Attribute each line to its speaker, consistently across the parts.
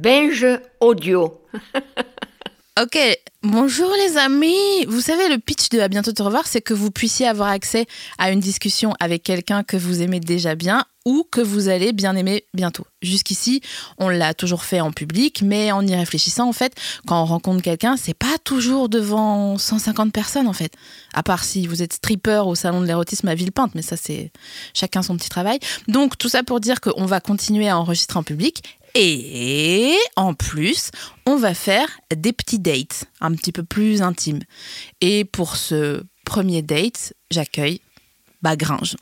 Speaker 1: Binge audio.
Speaker 2: Ok, bonjour les amis. Vous savez, le pitch de À bientôt te revoir, c'est que vous puissiez avoir accès à une discussion avec quelqu'un que vous aimez déjà bien ou que vous allez bien aimer bientôt. Jusqu'ici, on l'a toujours fait en public, mais en y réfléchissant, en fait, quand on rencontre quelqu'un, c'est pas toujours devant 150 personnes, en fait. À part si vous êtes stripper au salon de l'érotisme à Villepinte, mais ça, c'est chacun son petit travail. Donc, tout ça pour dire qu'on va continuer à enregistrer en public et en plus, on va faire des petits dates un petit peu plus intimes. Et pour ce premier date, j'accueille bah, Bagringe.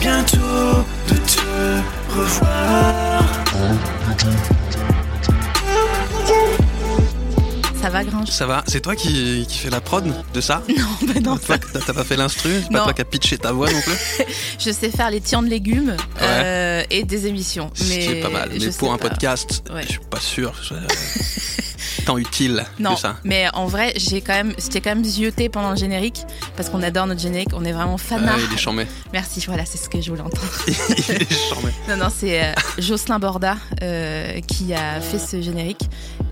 Speaker 3: bientôt de te revoir.
Speaker 2: Ça va, Gringe
Speaker 3: Ça va, c'est toi qui, qui fais la prod de ça
Speaker 2: Non, bah non,
Speaker 3: Toi, T'as t'as pas fait l'instru C'est
Speaker 2: Non.
Speaker 3: pas toi qui as pitché ta voix non plus
Speaker 2: je sais faire les tiens de légumes euh, et des émissions.
Speaker 3: Ce
Speaker 2: Mais
Speaker 3: qui est pas mal.
Speaker 2: je
Speaker 3: Mais pour
Speaker 2: sais
Speaker 3: un
Speaker 2: pas.
Speaker 3: podcast,
Speaker 2: Ouais.
Speaker 3: je suis pas sûr que ce soit, euh, tant utile
Speaker 2: Non,
Speaker 3: que ça.
Speaker 2: mais en vrai, j'ai quand même, j'étais quand même zioté pendant le générique parce qu'on adore notre générique, on est vraiment
Speaker 3: Euh,
Speaker 2: fanard.
Speaker 3: il est chambé.
Speaker 2: Merci, voilà, c'est ce que je voulais entendre.
Speaker 3: il est chambé.
Speaker 2: Non, non, c'est euh, Jocelyn Borda euh, qui a fait ce générique.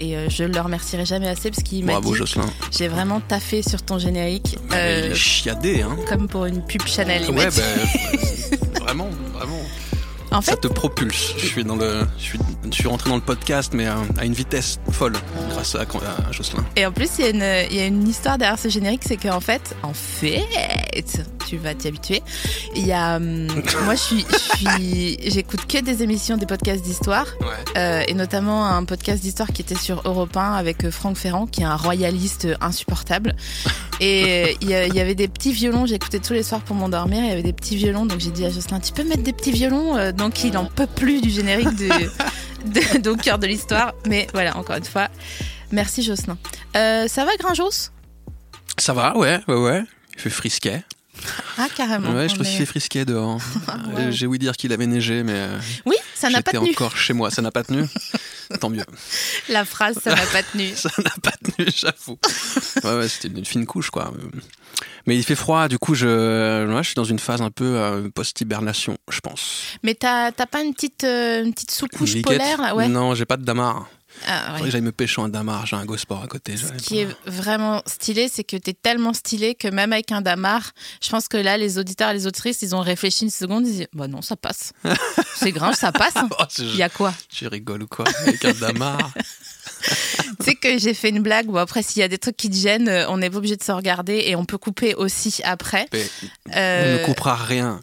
Speaker 2: Et euh, je le remercierai jamais assez parce qu'il m'a
Speaker 3: Bravo
Speaker 2: dit Euh,
Speaker 3: Jocelyn.
Speaker 2: J'ai vraiment taffé sur ton générique.
Speaker 3: Mais Il
Speaker 2: euh,
Speaker 3: a chiadé, hein.
Speaker 2: comme pour une pub Chanel. il m'a
Speaker 3: Ouais,
Speaker 2: dit.
Speaker 3: bah, vraiment, vraiment.
Speaker 2: en
Speaker 3: Ça
Speaker 2: fait,
Speaker 3: te propulse. Je suis dans le, je suis, je suis rentré dans le podcast, mais euh, à une vitesse folle, grâce à, à Jocelyn.
Speaker 2: et en plus, il y, a une- il y a une histoire derrière ce générique c'est qu'en fait, en fait, tu vas t'y habituer. Il y a. hum, moi, je suis- je suis. J'écoute que des émissions, des podcasts d'histoire.
Speaker 3: Ouais.
Speaker 2: Euh, et notamment un podcast d'histoire qui était sur Europe 1 avec euh, Franck Ferrand, qui est un royaliste euh, insupportable. Et euh, il y, a- il y avait des petits violons, j'écoutais tous les soirs pour m'endormir, il y avait des petits violons, donc j'ai dit à Jocelyn, tu peux mettre des petits violons Euh, Donc il en peut plus du générique de, de, de- au cœur de l'histoire. Mais voilà, encore une fois, merci Jocelyn. Euh, ça va Grinjos
Speaker 3: Ça va, ouais, ouais, ouais. Il fait frisquet.
Speaker 2: Ah carrément.
Speaker 3: ouais,
Speaker 2: on
Speaker 3: je trouve qu'il
Speaker 2: est-
Speaker 3: fait frisquet dehors.
Speaker 2: Ah ouais.
Speaker 3: Euh, J'ai ouï dire qu'il avait neigé, mais euh,
Speaker 2: Oui, ça n'a pas
Speaker 3: j'étais
Speaker 2: tenu.
Speaker 3: encore chez moi. Ça n'a pas tenu. Tant mieux.
Speaker 2: La phrase, ça n'a pas tenu.
Speaker 3: Ça n'a pas tenu, j'avoue. Ouais, ouais, c'était une fine couche, quoi. Mais il fait froid, du coup, je, ouais, je suis dans une phase un peu euh, post-hibernation, je pense.
Speaker 2: Mais t'as t'as pas une petite, euh, une petite sous-couche
Speaker 3: Une liquette. Mm.
Speaker 2: polaire là ouais.
Speaker 3: Non, j'ai pas de damar.
Speaker 2: Ah, ouais.
Speaker 3: Faudrait que J'aille me pêcher un damar, j'ai un go sport à côté.
Speaker 2: Ce
Speaker 3: j'aurais
Speaker 2: qui
Speaker 3: pas-
Speaker 2: est vraiment stylé, c'est que tu es tellement stylé que même avec un damar, je pense que là, les auditeurs et les auditrices, ils ont réfléchi une seconde, ils disent Bah non, ça passe. c'est gringe, ça passe. hein.
Speaker 3: Oh, c'est-
Speaker 2: Il y a quoi
Speaker 3: Tu rigoles ou quoi Avec un damar
Speaker 2: Tu sais que j'ai fait une blague. Bon, après, s'il y a des trucs qui te gênent, euh, on n'est pas obligé de se regarder et on peut couper aussi après.
Speaker 3: Mais On
Speaker 2: Euh,
Speaker 3: ne coupera rien.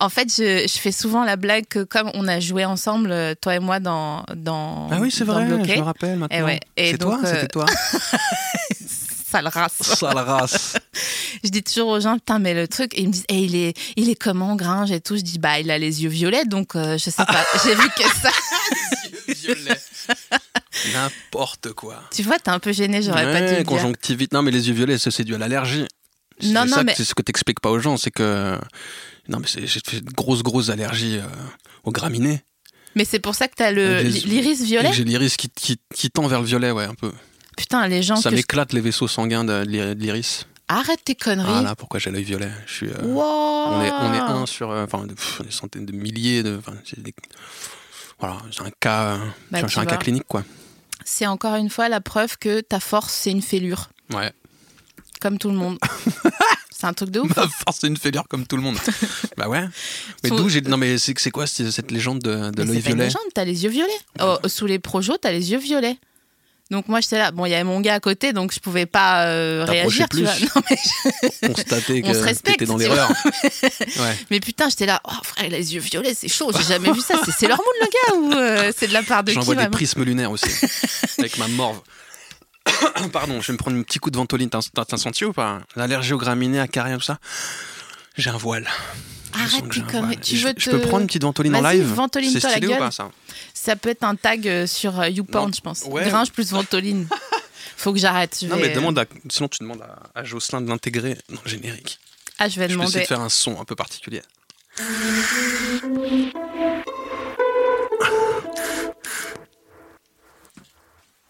Speaker 2: en fait, je, je fais souvent la blague que, comme on a joué ensemble, euh, toi et moi, dans. dans
Speaker 3: Ah oui, c'est
Speaker 2: dans
Speaker 3: vrai,
Speaker 2: Bloqué,
Speaker 3: je me rappelle maintenant.
Speaker 2: Eh ouais, et
Speaker 3: C'est
Speaker 2: donc,
Speaker 3: toi
Speaker 2: euh,
Speaker 3: C'était toi
Speaker 2: Sale race.
Speaker 3: Sale race
Speaker 2: Je dis toujours aux gens, putain, mais le truc, et ils me disent, Eh, il, est, il est comment, Gringe et tout. Je dis, bah, il a les yeux violets, donc euh, je sais pas. J'ai vu que ça.
Speaker 3: Violet. N'importe quoi.
Speaker 2: Tu vois, t'es un peu gêné, j'aurais pas dû.
Speaker 3: Ouais,
Speaker 2: le dire.
Speaker 3: conjonctivite. Non, mais les yeux violets, ça, c'est dû à l'allergie. C'est
Speaker 2: Non, non,
Speaker 3: ça que-
Speaker 2: mais-
Speaker 3: C'est ce que t'expliques pas aux gens, c'est que. Non, mais c'est- j'ai fait une grosse, grosse allergie euh, aux graminées.
Speaker 2: Mais c'est pour ça que t'as le,
Speaker 3: Des-
Speaker 2: l'iris
Speaker 3: Et
Speaker 2: violet.
Speaker 3: J'ai l'iris qui, qui, qui tend vers le violet, ouais, un peu.
Speaker 2: Putain, les gens.
Speaker 3: ça
Speaker 2: que je-
Speaker 3: m'éclate les vaisseaux sanguins de, l'ir- de l'iris.
Speaker 2: Arrête tes
Speaker 3: Ah
Speaker 2: conneries.
Speaker 3: là, pourquoi j'ai l'œil violet Je suis. euh,
Speaker 2: Wow.
Speaker 3: On est, on est un sur euh, enfin, de- pff, des centaines de milliers de. enfin, c'est des- Voilà, c'est un cas, euh,
Speaker 2: Bah,
Speaker 3: c'est un-
Speaker 2: tu
Speaker 3: c'est un cas
Speaker 2: vois.
Speaker 3: clinique, quoi.
Speaker 2: C'est encore une fois la preuve que ta force, c'est une fêlure,
Speaker 3: Ouais.
Speaker 2: comme tout le monde. c'est un truc de ouf.
Speaker 3: Ma force, c'est une fêlure comme tout le monde. bah ouais. Mais
Speaker 2: Son-
Speaker 3: d'où j'ai. Non, mais c'est c'est quoi cette, cette légende de, de
Speaker 2: Mais c'est
Speaker 3: l'œil
Speaker 2: pas une
Speaker 3: violet
Speaker 2: légende, t'as les yeux violets. Oh, sous les projos, t'as les yeux violets. Donc moi j'étais là, bon il y avait mon gars à côté donc je pouvais pas euh,
Speaker 3: T'approchais
Speaker 2: réagir, tu vois.
Speaker 3: plus.
Speaker 2: Non, mais, je-
Speaker 3: Constater
Speaker 2: On se
Speaker 3: que
Speaker 2: respecte,
Speaker 3: t'étais dans
Speaker 2: tu
Speaker 3: l'erreur. ouais.
Speaker 2: mais putain j'étais là, oh frère il a les yeux violets, c'est chaud, j'ai jamais vu ça, c'est Sailor Moon le gars ou euh, c'est de la part de qui
Speaker 3: J'envoie des
Speaker 2: vraiment
Speaker 3: prismes lunaires aussi. avec ma morve. Pardon, je vais me prendre un petit coup de ventoline. T'as t'as- t'as senti ou pas L'allergie aux graminées, à carré, tout ça J'ai un voile. Je
Speaker 2: Arrête
Speaker 3: sens que
Speaker 2: tes
Speaker 3: j'ai un
Speaker 2: conneries.
Speaker 3: voile.
Speaker 2: Tu
Speaker 3: Et je,
Speaker 2: veux
Speaker 3: je
Speaker 2: te-
Speaker 3: peux prendre une petite ventoline en
Speaker 2: Vas-y,
Speaker 3: live
Speaker 2: ventoline-toi
Speaker 3: C'est
Speaker 2: la
Speaker 3: stylé ou
Speaker 2: gueule.
Speaker 3: pas ça
Speaker 2: Ça peut être un tag euh, sur euh, YouPorn,
Speaker 3: Non.
Speaker 2: je pense.
Speaker 3: Ouais.
Speaker 2: Gringe plus ventoline. Faut que j'arrête. je
Speaker 3: Non
Speaker 2: vais-
Speaker 3: mais demande à... sinon tu demandes à, à Jocelyn de l'intégrer dans le générique.
Speaker 2: Ah, je vais
Speaker 3: Je peux essayer
Speaker 2: demander.
Speaker 3: de faire un son un peu particulier.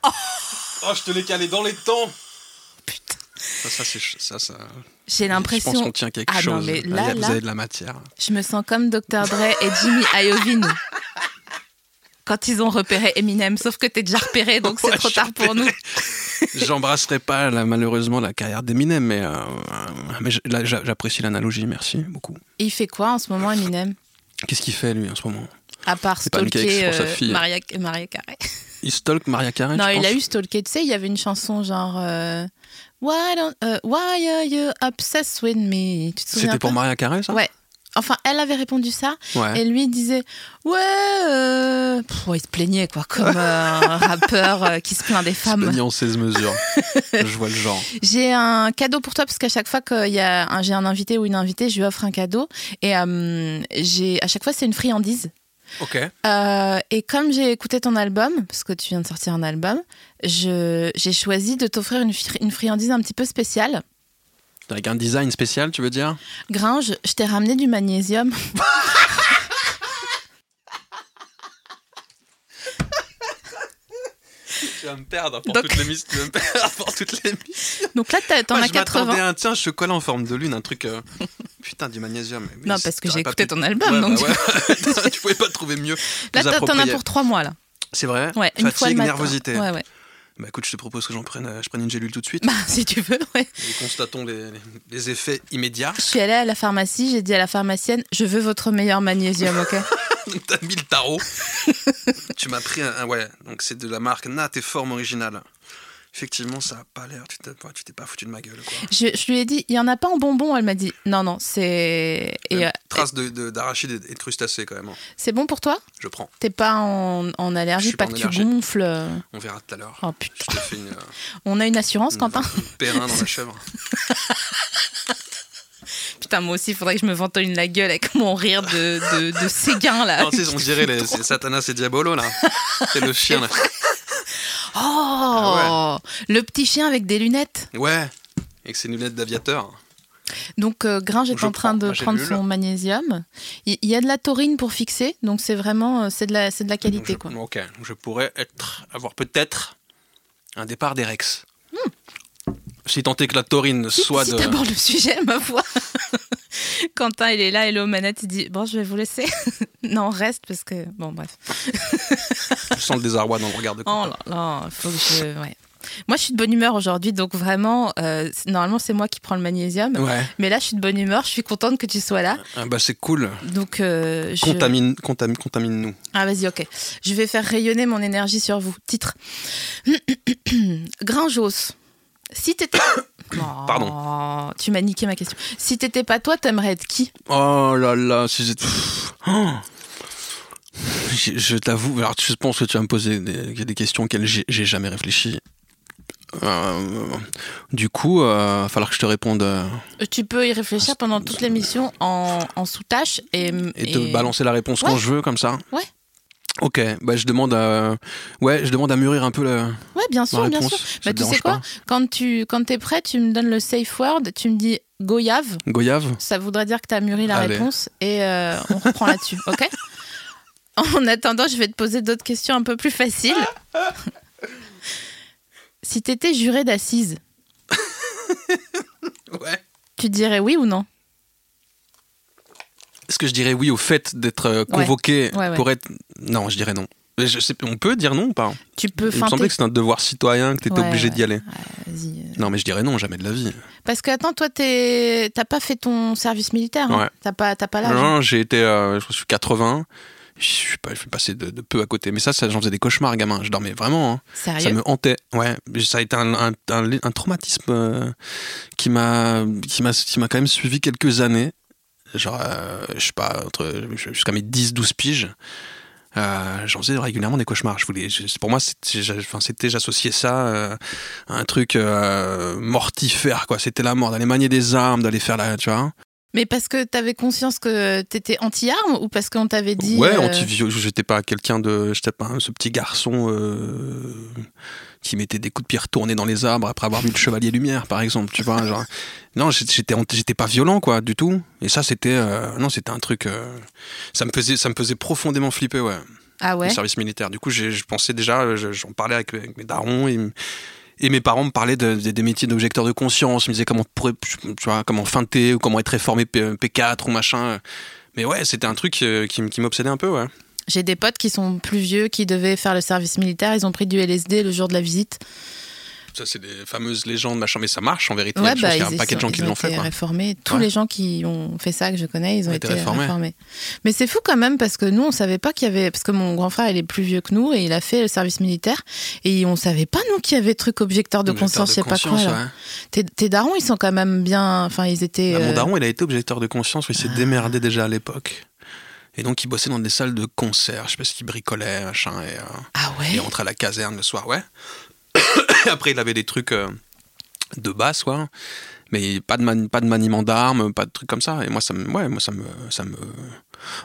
Speaker 3: Oh, je te l'ai calé dans les temps.
Speaker 2: Putain.
Speaker 3: Ça, ça, c'est ch- ça, ça.
Speaker 2: J'ai l'impression.
Speaker 3: Je pense qu'on tient quelque
Speaker 2: Ah, non,
Speaker 3: chose.
Speaker 2: mais
Speaker 3: Là,
Speaker 2: là,
Speaker 3: y a- vous
Speaker 2: là-
Speaker 3: avez de la matière.
Speaker 2: Je me sens comme Dr. Dre et Jimmy Iovine. Quand ils ont repéré Eminem, sauf que t'es déjà repéré, donc c'est
Speaker 3: Ouais,
Speaker 2: trop
Speaker 3: je
Speaker 2: tard
Speaker 3: suis
Speaker 2: pour nous.
Speaker 3: J'embrasserai pas la- malheureusement la carrière d'Eminem, mais, euh, mais j- là, j'a- j'apprécie l'analogie, merci beaucoup.
Speaker 2: Et il fait quoi en ce moment, Eminem
Speaker 3: Qu'est-ce qu'il fait lui en ce moment
Speaker 2: À part
Speaker 3: Des pancakes
Speaker 2: stalker
Speaker 3: pour sa
Speaker 2: euh,
Speaker 3: fille.
Speaker 2: Maria, Maria Carey.
Speaker 3: Il stalk Maria Carey
Speaker 2: non,
Speaker 3: tu
Speaker 2: il a
Speaker 3: penses
Speaker 2: eu stalker. Tu sais, il y avait une chanson genre. euh, why, don't- euh, why are you obsessed with me Tu te souviens
Speaker 3: C'était pour
Speaker 2: pas
Speaker 3: Maria Carey ça
Speaker 2: Ouais. Enfin, elle avait répondu ça.
Speaker 3: Ouais.
Speaker 2: Et lui il disait Ouais, euh... Pff, ouais, il se plaignait, quoi, comme euh, un rappeur euh, qui se plaint des
Speaker 3: C'est
Speaker 2: femmes.
Speaker 3: mis en 16 mesures. je vois le genre.
Speaker 2: J'ai un cadeau pour toi parce qu'à chaque fois que j'ai un invité ou une invitée, je lui offre un cadeau. Et euh, j'ai- à chaque fois, c'est une friandise.
Speaker 3: Ok.
Speaker 2: Euh, et comme j'ai écouté ton album, parce que tu viens de sortir un album, je- j'ai choisi de t'offrir une, fri- une friandise un petit peu spéciale.
Speaker 3: Avec un design spécial, tu veux dire
Speaker 2: Gringe, je t'ai ramené du magnésium.
Speaker 3: Tu vas me perdre
Speaker 2: pour Donc- toutes
Speaker 3: les Tu vas me perdre pour toutes les
Speaker 2: Donc là, t'as- t'en as 80.
Speaker 3: Ah, à un tiens, chocolat en forme de lune, un truc. euh, Putain, du magnésium. mais- mais
Speaker 2: Non,
Speaker 3: c'est-
Speaker 2: parce que
Speaker 3: t'aurais
Speaker 2: j'ai
Speaker 3: pas
Speaker 2: écouté
Speaker 3: pu-
Speaker 2: ton album.
Speaker 3: Ouais,
Speaker 2: donc
Speaker 3: bah ouais. tu pouvais pas trouver mieux.
Speaker 2: Là,
Speaker 3: plus
Speaker 2: t'en- t'en as
Speaker 3: approprié.
Speaker 2: pour trois mois, là.
Speaker 3: C'est vrai
Speaker 2: Ouais, une fois le
Speaker 3: Fatigue,
Speaker 2: matin.
Speaker 3: nervosité.
Speaker 2: Ouais, ouais.
Speaker 3: Bah écoute, je te propose que j'en prenne, euh, je prenne une gélule tout de suite.
Speaker 2: Bah, si tu veux, ouais.
Speaker 3: Et constatons les, les- les effets immédiats.
Speaker 2: Je suis allée à la pharmacie, j'ai dit à la pharmacienne, je veux votre meilleur magnésium, ok
Speaker 3: Donc, T'as mis le tarot. tu m'as pris un, un- ouais. Donc c'est de la marque Nat et Forme Originale. Effectivement, ça a pas l'air. Tu t'es ouais, tu t'es pas foutu de ma gueule, quoi.
Speaker 2: je, je lui ai dit, il y en a pas en bonbon, elle m'a dit, non, non, c'est et, euh,
Speaker 3: Même trace de- de- d'arachide et de crustacés quand même. hein.
Speaker 2: c'est bon pour toi
Speaker 3: Je prends.
Speaker 2: T'es pas en, en
Speaker 3: Je
Speaker 2: allergie,
Speaker 3: suis
Speaker 2: pas
Speaker 3: pas
Speaker 2: que
Speaker 3: en
Speaker 2: tu
Speaker 3: allergie.
Speaker 2: gonfles euh.
Speaker 3: On verra tout à l'heure.
Speaker 2: Oh putain,
Speaker 3: Je te fais une, euh,
Speaker 2: on a une assurance,
Speaker 3: une-
Speaker 2: Quentin
Speaker 3: un périn dans la chèvre.
Speaker 2: Putain, moi aussi, il faudrait que je me ventoline la gueule avec mon rire de, de, de Séguin, là.
Speaker 3: Non, tu sais, on dirait les, c'est Satanas et Diabolo là. C'est le chien là.
Speaker 2: Oh
Speaker 3: Ah
Speaker 2: Le petit chien avec des lunettes.
Speaker 3: Ouais. Avec ses lunettes d'aviateur.
Speaker 2: Donc, euh, Gringe est
Speaker 3: Je
Speaker 2: en train
Speaker 3: prends
Speaker 2: de
Speaker 3: ma
Speaker 2: prendre
Speaker 3: gélule.
Speaker 2: son magnésium. Il il y, a de la taurine pour fixer, donc c'est vraiment euh, c'est de, la- c'est de la qualité,
Speaker 3: Je-
Speaker 2: quoi.
Speaker 3: Ok, je pourrais être, avoir peut-être un départ des Rex. Si tant est que la taurine
Speaker 2: Hmm. Si-
Speaker 3: soit
Speaker 2: si
Speaker 3: de.
Speaker 2: t'abordes le sujet, ma foi. Quentin, il est là, il est aux manettes, il dit Bon, je vais vous laisser. non, reste, parce que. Bon, bref.
Speaker 3: Je sens le désarroi dans le regard de
Speaker 2: Oh
Speaker 3: Quentin.
Speaker 2: là là, faut que je. ouais. Moi, je suis de bonne humeur aujourd'hui, donc vraiment, euh, c'est- normalement, c'est moi qui prends le magnésium.
Speaker 3: Ouais,
Speaker 2: Mais là, je suis de bonne humeur, je suis contente que tu sois là.
Speaker 3: Ah bah c'est cool.
Speaker 2: Donc, euh, je.
Speaker 3: Contamine, contamine, contamine-nous.
Speaker 2: Ah, vas-y, ok. Je vais faire rayonner mon énergie sur vous. Titre Gringeos. Si t'étais. Pardon. Tu m'as niqué ma question. Si t'étais pas toi, t'aimerais être qui
Speaker 3: Oh là là, si j'ai- Pff, oh. je, je t'avoue, alors je pense que tu vas me poser des, des questions auxquelles j'ai j'ai jamais réfléchi. Euh, du coup, euh, va falloir que je te réponde euh,
Speaker 2: Tu peux y réfléchir pendant toute l'émission en, en sous-tâche et,
Speaker 3: Ah, et te
Speaker 2: et-
Speaker 3: balancer la réponse
Speaker 2: Ouais.
Speaker 3: quand je veux, comme ça.
Speaker 2: Ouais.
Speaker 3: Ok, bah je demande à, ouais, je demande à mûrir un peu la, ma
Speaker 2: Ouais, bien sûr, bien
Speaker 3: réponse.
Speaker 2: sûr.
Speaker 3: ça
Speaker 2: Bah,
Speaker 3: te
Speaker 2: tu sais
Speaker 3: dérange
Speaker 2: quoi
Speaker 3: pas
Speaker 2: Quand tu quand t'es prêt, tu me donnes le safe word, tu me dis goyave.
Speaker 3: Goyave
Speaker 2: Ça voudrait dire que t'as mûri la
Speaker 3: Allez.
Speaker 2: réponse et euh, on reprend là-dessus, ok En attendant, je vais te poser d'autres questions un peu plus faciles. si t'étais juré d'assises,
Speaker 3: Ouais.
Speaker 2: tu dirais oui ou non
Speaker 3: Est-ce que je dirais oui au fait d'être euh, convoqué
Speaker 2: Ouais, ouais.
Speaker 3: pour être. Non, je dirais non. Mais je sais- on peut dire non ou pas
Speaker 2: Tu peux
Speaker 3: Il me semblait
Speaker 2: feinter.
Speaker 3: que c'était un devoir citoyen, que tu étais
Speaker 2: Ouais,
Speaker 3: obligé
Speaker 2: ouais.
Speaker 3: d'y aller.
Speaker 2: Vas-y, euh.
Speaker 3: Non, mais je dirais non, jamais de la vie.
Speaker 2: Parce que attends, toi t'es- t'as pas fait ton service militaire, hein
Speaker 3: Ouais.
Speaker 2: t'as pas t'as pas l'âge. hein.
Speaker 3: Non, j'ai été. euh, je suis 80. Je suis, pas, je suis passé de, de peu à côté. Mais ça, ça j'en faisais des cauchemars, gamin. Je dormais vraiment. hein.
Speaker 2: Sérieux
Speaker 3: Ça me hantait. Ouais, ça a été un, un- un- un traumatisme euh, qui m'a qui m'a qui m'a quand même suivi quelques années. Genre, euh, je sais pas, entre jusqu'à mes 10-12 piges. Euh, J'en faisais régulièrement des cauchemars. Je voulais, je- pour moi, c'était j'a- enfin, c'était- j'associais ça euh, à un truc euh, mortifère. quoi. C'était la mort, d'aller manier des armes, d'aller faire la. Tu vois
Speaker 2: Mais parce que t'avais conscience que t'étais anti-arme ou parce qu'on t'avait dit.
Speaker 3: Ouais,
Speaker 2: euh,
Speaker 3: anti-viol- J'étais pas quelqu'un de. J'étais pas un- ce petit garçon euh, qui mettait des coups de pied retournés dans les arbres après avoir vu le Chevalier Lumière, par exemple. Tu vois, genre. Non, j'ai- j'étais anti- j'étais pas violent, quoi, du tout. Et ça, c'était. euh, non, c'était un truc. euh, ça, me faisait, ça me faisait profondément flipper, ouais,
Speaker 2: Ah ouais.
Speaker 3: le service militaire. Du coup, j'ai- je pensais déjà. euh, je- J'en parlais avec, avec mes darons. Et, et mes parents me parlaient de- des- des métiers d'objecteur de conscience. Ils me disaient comment, pourrais- tu vois, comment feinter ou comment être réformé P- P4 ou machin. Mais ouais, c'était un truc euh, qui, m- qui m'obsédait un peu, ouais.
Speaker 2: J'ai des potes qui sont plus vieux, qui devaient faire le service militaire. Ils ont pris du LSD le jour de la visite.
Speaker 3: Ça, c'est des fameuses légendes, machin, mais ça marche en vérité. je pense qu'il y a un
Speaker 2: bah, ils
Speaker 3: paquet de
Speaker 2: sont-
Speaker 3: gens qui
Speaker 2: ils ont
Speaker 3: l'ont fait.
Speaker 2: été
Speaker 3: quoi.
Speaker 2: réformés. Tous
Speaker 3: Ouais.
Speaker 2: les gens qui ont fait ça que je connais, ils ont
Speaker 3: Ont
Speaker 2: été
Speaker 3: été
Speaker 2: réformés.
Speaker 3: réformés.
Speaker 2: Mais c'est fou quand même parce que nous, on savait pas qu'il y avait. Parce que mon grand frère, il est plus vieux que nous et il a fait le service militaire. Et on savait pas, nous, qu'il y avait truc objecteur de
Speaker 3: Objecteur
Speaker 2: conscience, je sais pas quoi.
Speaker 3: conscience,
Speaker 2: là.
Speaker 3: ouais.
Speaker 2: Tes, tes darons, ils sont quand même bien. Enfin, ils étaient.
Speaker 3: Bah,
Speaker 2: euh, Ah.
Speaker 3: Mon daron, il a été objecteur de conscience, mais il s'est démerdé déjà à l'époque. Et donc, il bossait dans des salles de concert, je sais pas ce qu'il bricolait, machin, et, euh,
Speaker 2: Ah ouais
Speaker 3: il rentrait à la caserne le soir, ouais. Après, il avait des trucs euh, de basse, ouais. Mais pas de, man- pas de maniement d'armes, pas de trucs comme ça. Et moi, ça me, ouais, moi, ça me, ça me,